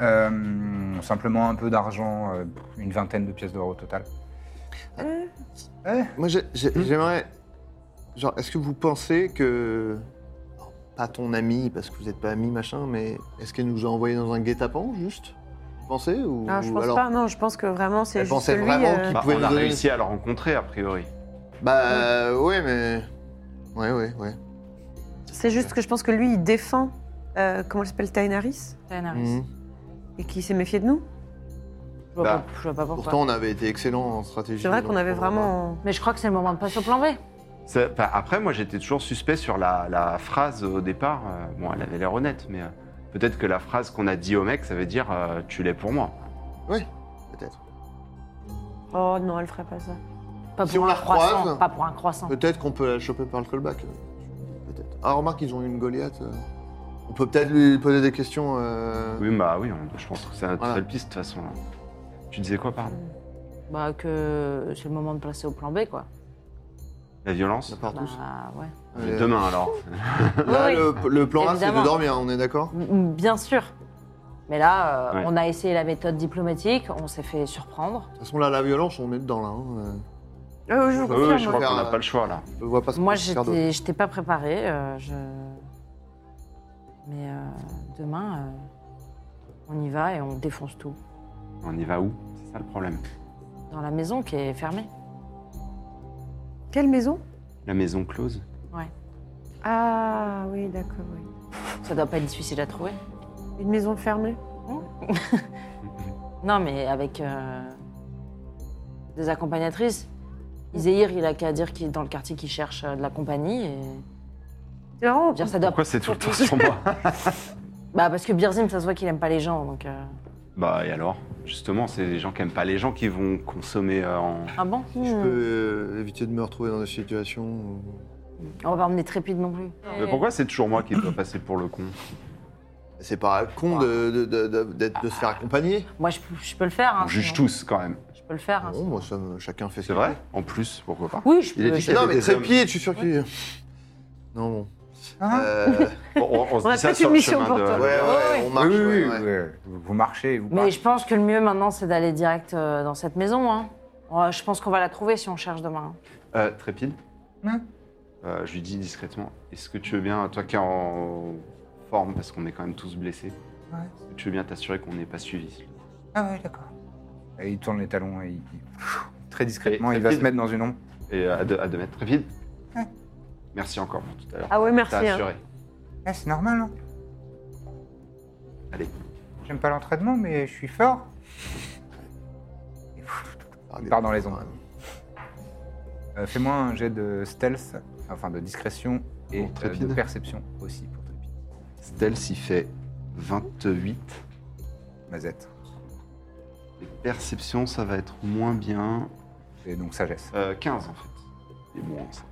Euh, simplement un peu d'argent, euh, une vingtaine de pièces d'or au total.
Moi, j'ai- j'ai- j'aimerais. Genre, est-ce que vous pensez que. alors, Pas ton ami, parce que vous n'êtes pas ami, machin, mais est-ce qu'elle nous a envoyé dans un guet-apens, juste Vous pensez ou...
Ah,
Non, Ah, je pense
alors,
pas, non, je pense que vraiment, c'est
Elle
juste
pensait
lui...
vraiment
euh,
qu'il-
Bah,
pouvait
on
nous
a
donner-
réussi à le rencontrer, a priori.
Bah,
Hmm.
ouais, mais. Ouais, ouais, ouais.
C'est juste que je pense que lui, il défend, euh, comment elle s'appelle, Tainaris,
Daenerys.
Mhm.
et qu'il s'est méfié de nous.
Je, vois
Bah,
pas, je vois pas pourquoi.
Pourtant, on avait été excellent en stratégie.
C'est vrai
donc
qu'on avait
on va voir.
vraiment...
Mais je crois que c'est le moment de passer au plan B.
Ça- enfin, après, moi, j'étais toujours suspect sur la, la phrase au départ. Euh, bon, elle avait l'air honnête, mais euh, peut-être que la phrase qu'on a dit au mec, ça veut dire euh, tu l'es pour moi.
Peut-être.
Oh non, elle ferait pas ça.
Pas
Si
pour
on
un
la
croissant,
croise-
Pas pour un croissant.
Peut-être qu'on peut la choper par le callback. euh, Peut-être. Ah, remarque, ils ont eu une Goliath. euh. On peut peut-être lui poser des questions. euh,
Oui, bah oui, on- je pense que c'est notre
Voilà.
seule piste, de toute façon. Tu disais quoi, pardon
Bah que c'est le moment de passer au plan B quoi.
La violence
N'importe où.
Bah ouais.
Euh,
Demain, alors.
Là,
Oui,
le, le plan A, c'est de
Évidemment.
dormir, on est d'accord
M- m- Bien sûr. Mais là, euh,
Ouais.
on a essayé la méthode diplomatique, on s'est fait surprendre.
De toute façon, là, la violence, on est dedans, là. hein,
Euh, je vous
Oui, oui,
confirme.
je
on
crois
va
qu'on
faire,
n'a pas le choix, là.
euh, Je vois pas ce qu'on
Moi,
peut faire d'autre.
j'étais, j'étais pas préparée. euh, je... Mais euh, demain, euh, on y va et on défonce tout.
On y va où C'est ça le problème.
Dans la maison qui est fermée.
Quelle maison
La maison close
Ah oui, d'accord, oui.
Ça doit pas être difficile à trouver.
Une maison fermée.
Non, mais avec euh, des accompagnatrices. Iséir, il a qu'à dire qu'il est dans le quartier qu'il cherche euh, de la compagnie. Et...
C'est vraiment...
Je veux dire, ça doit...
Pourquoi c'est tout le temps sur moi
Bah, parce que Birzim, ça se voit qu'il aime pas les gens, donc... euh,
Bah, et alors Justement, c'est les gens qui aiment pas les gens qui vont consommer euh, en.
Ah bon
Je peux euh, éviter de me retrouver dans des situations où...
Hmm. On va pas emmener Trépide non plus.
Mais pourquoi c'est toujours moi qui dois passer pour le con
C'est pas con de, de, de- de- d'être- de se faire accompagner.
Moi, je, peux- je peux le faire.
Ah,
hein,
On juge
sinon.
tous quand même.
Je peux le faire. hein,
Bon, moi, ça me- chacun fait ce
C'est
qu'il
vrai En plus, pourquoi pas
Oui, je
Il est
peux.
veut.
je-
Non,
Des
mais trépied,
hommes.
je suis sûr qu'il... Non, bon.
Hein
Euh,
Bon, On, on se
On a
dit ça
peut-être
sur
une
le
mission
chemin
pour
de.
toi.
ouais, ouais,
Ah, Ouais,
on marche.
oui, oui,
ouais,
oui,
ouais.
ouais. Vous vous marchez, vous
Mais je pense que le mieux maintenant, c'est d'aller direct euh, dans cette maison. hein. Ouais, Je pense qu'on va la trouver si on cherche demain. hein.
Euh, Trépide
Hein
Euh, Je lui dis discrètement Est-ce que tu veux bien, toi qui es en forme, parce qu'on est quand même tous blessés,
Ouais.
est-ce que tu veux bien t'assurer qu'on n'est pas suivi
Ah ouais, d'accord. Et il tourne les talons et il- il- très discrètement,
Et-
il va se mettre dans une ombre.
Et euh, à deux, à deux mètres, Trépide
Ouais.
Merci encore pour tout à l'heure.
Ah ouais, merci.
T'as
hein.
assuré.
Eh, c'est normal, hein
Allez.
J'aime pas l'entraînement, mais je suis fort. Il part dans les ombres. Euh, Fais-moi un jet de stealth, enfin de discrétion et
Pour
euh,
Trépide.
de perception aussi pour Trépide.
Stealth, s'y fait 28.
Mazette.
Les perceptions, ça va être moins bien.
Et donc sagesse.
Euh, 15 en fait. Et bon, ça.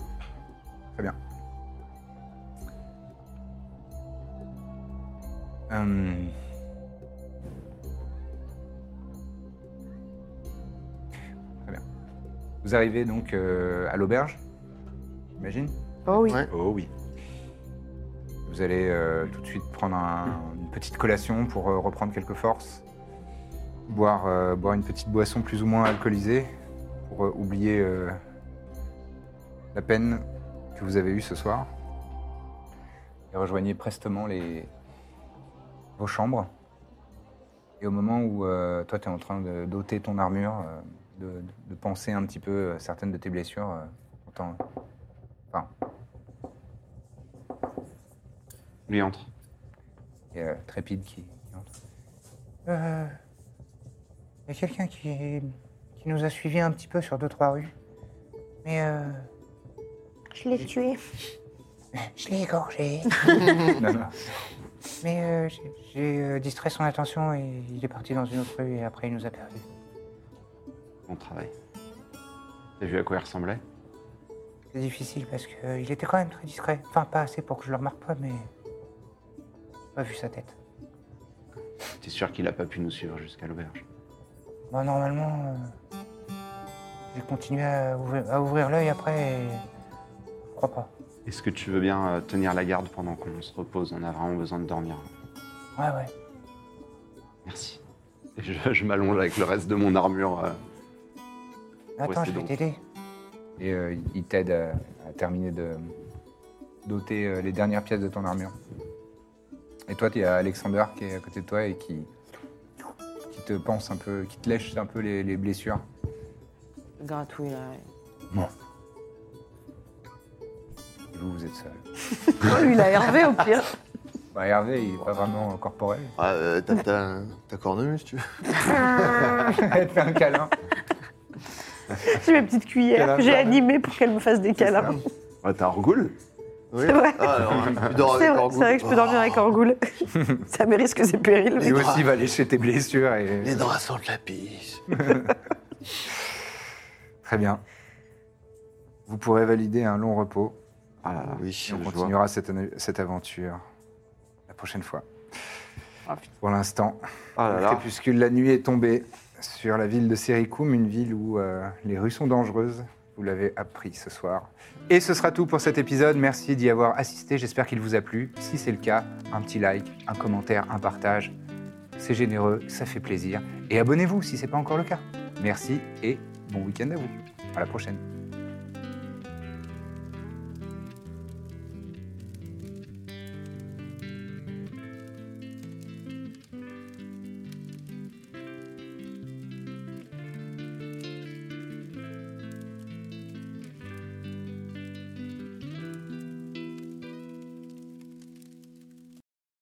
Hum. Très bien. Vous arrivez donc euh, à l'auberge, j'imagine.
Oh oui.
Ouais.
Oh oui.
Vous allez euh, tout de suite prendre un- une petite collation pour euh, reprendre quelques forces, boire, euh, boire une petite boisson plus ou moins alcoolisée, pour euh, oublier euh, la peine que vous avez eue ce soir. Et rejoignez prestement les... vos chambres. Et au moment où euh, toi, tu es en train de d'ôter ton armure, euh, de, de- de penser un petit peu euh, certaines de tes blessures, euh, t'entends- enfin,
Lui entre.
il y a euh, Trépide qui, qui entre. Euh, Il y a quelqu'un qui, qui nous a suivis un petit peu sur deux, trois rues. Mais euh,
Je l'ai tué.
je l'ai égorgé. Mais euh, j'ai- j'ai euh, distrait son attention et il est parti dans une autre rue et après il nous a perdus.
Bon travail. T'as vu à quoi il ressemblait
C'est difficile parce qu'il était quand même très discret. Enfin, pas assez pour que je le remarque pas, mais. J'ai pas vu sa tête.
T'es sûr qu'il a pas pu nous suivre jusqu'à l'auberge
Moi, normalement, euh, j'ai continué à ouvrir, à ouvrir l'œil après et. Je crois pas.
Est-ce que tu veux bien euh, tenir la garde pendant qu'on se repose On a vraiment besoin de dormir.
Ouais, ouais.
Merci. Et je, je m'allonge avec le reste de mon armure. euh.
Attends,
c'est
je vais
donc.
t'aider. Et euh, il t'aide à, terminer de. doter les dernières pièces de ton armure. Et toi, tu as Alexander qui est à côté de toi et qui. qui te pense un peu, qui te lèche un peu les blessures.
Gratouille, là. ouais.
Bon. Et vous, vous êtes seul.
Oh, Lui, il a Hervé au pire.
Bah, Hervé, il est pas vraiment corporel.
Ah, euh, t'as- T'as t'as cornemuse, tu veux
Elle te fait un câlin.
J'ai mes petites cuillères que j'ai animées pour qu'elle me fasse des
Hein
câlins.
Ouais, t'as un Orgoul
Oui.
C'est vrai.
Ah, alors, tu dors
C'est
avec Oh.
vrai,
Orgoul.
c'est vrai que je peux dormir avec Orgoul. Ça mérite risques et périls. mais-
Lui aussi va lécher tes blessures et.
Les draps sont de la pisse.
Très bien. Vous pourrez valider un long repos
Ah là là.
Oui,
et on
Je vois.
continuera cette, ane- cette aventure la prochaine fois. Pour l'instant,
Ah là
le
là.
crépuscule, la nuit est tombée sur la ville de Sericum, une ville où euh, les rues sont dangereuses. Vous l'avez appris ce soir. Et ce sera tout pour cet épisode. Merci d'y avoir assisté. J'espère qu'il vous a plu. Si c'est le cas, un petit like, un commentaire, un partage. C'est généreux, ça fait plaisir. Et abonnez-vous si ce n'est pas encore le cas. Merci et bon week-end à vous. À la prochaine.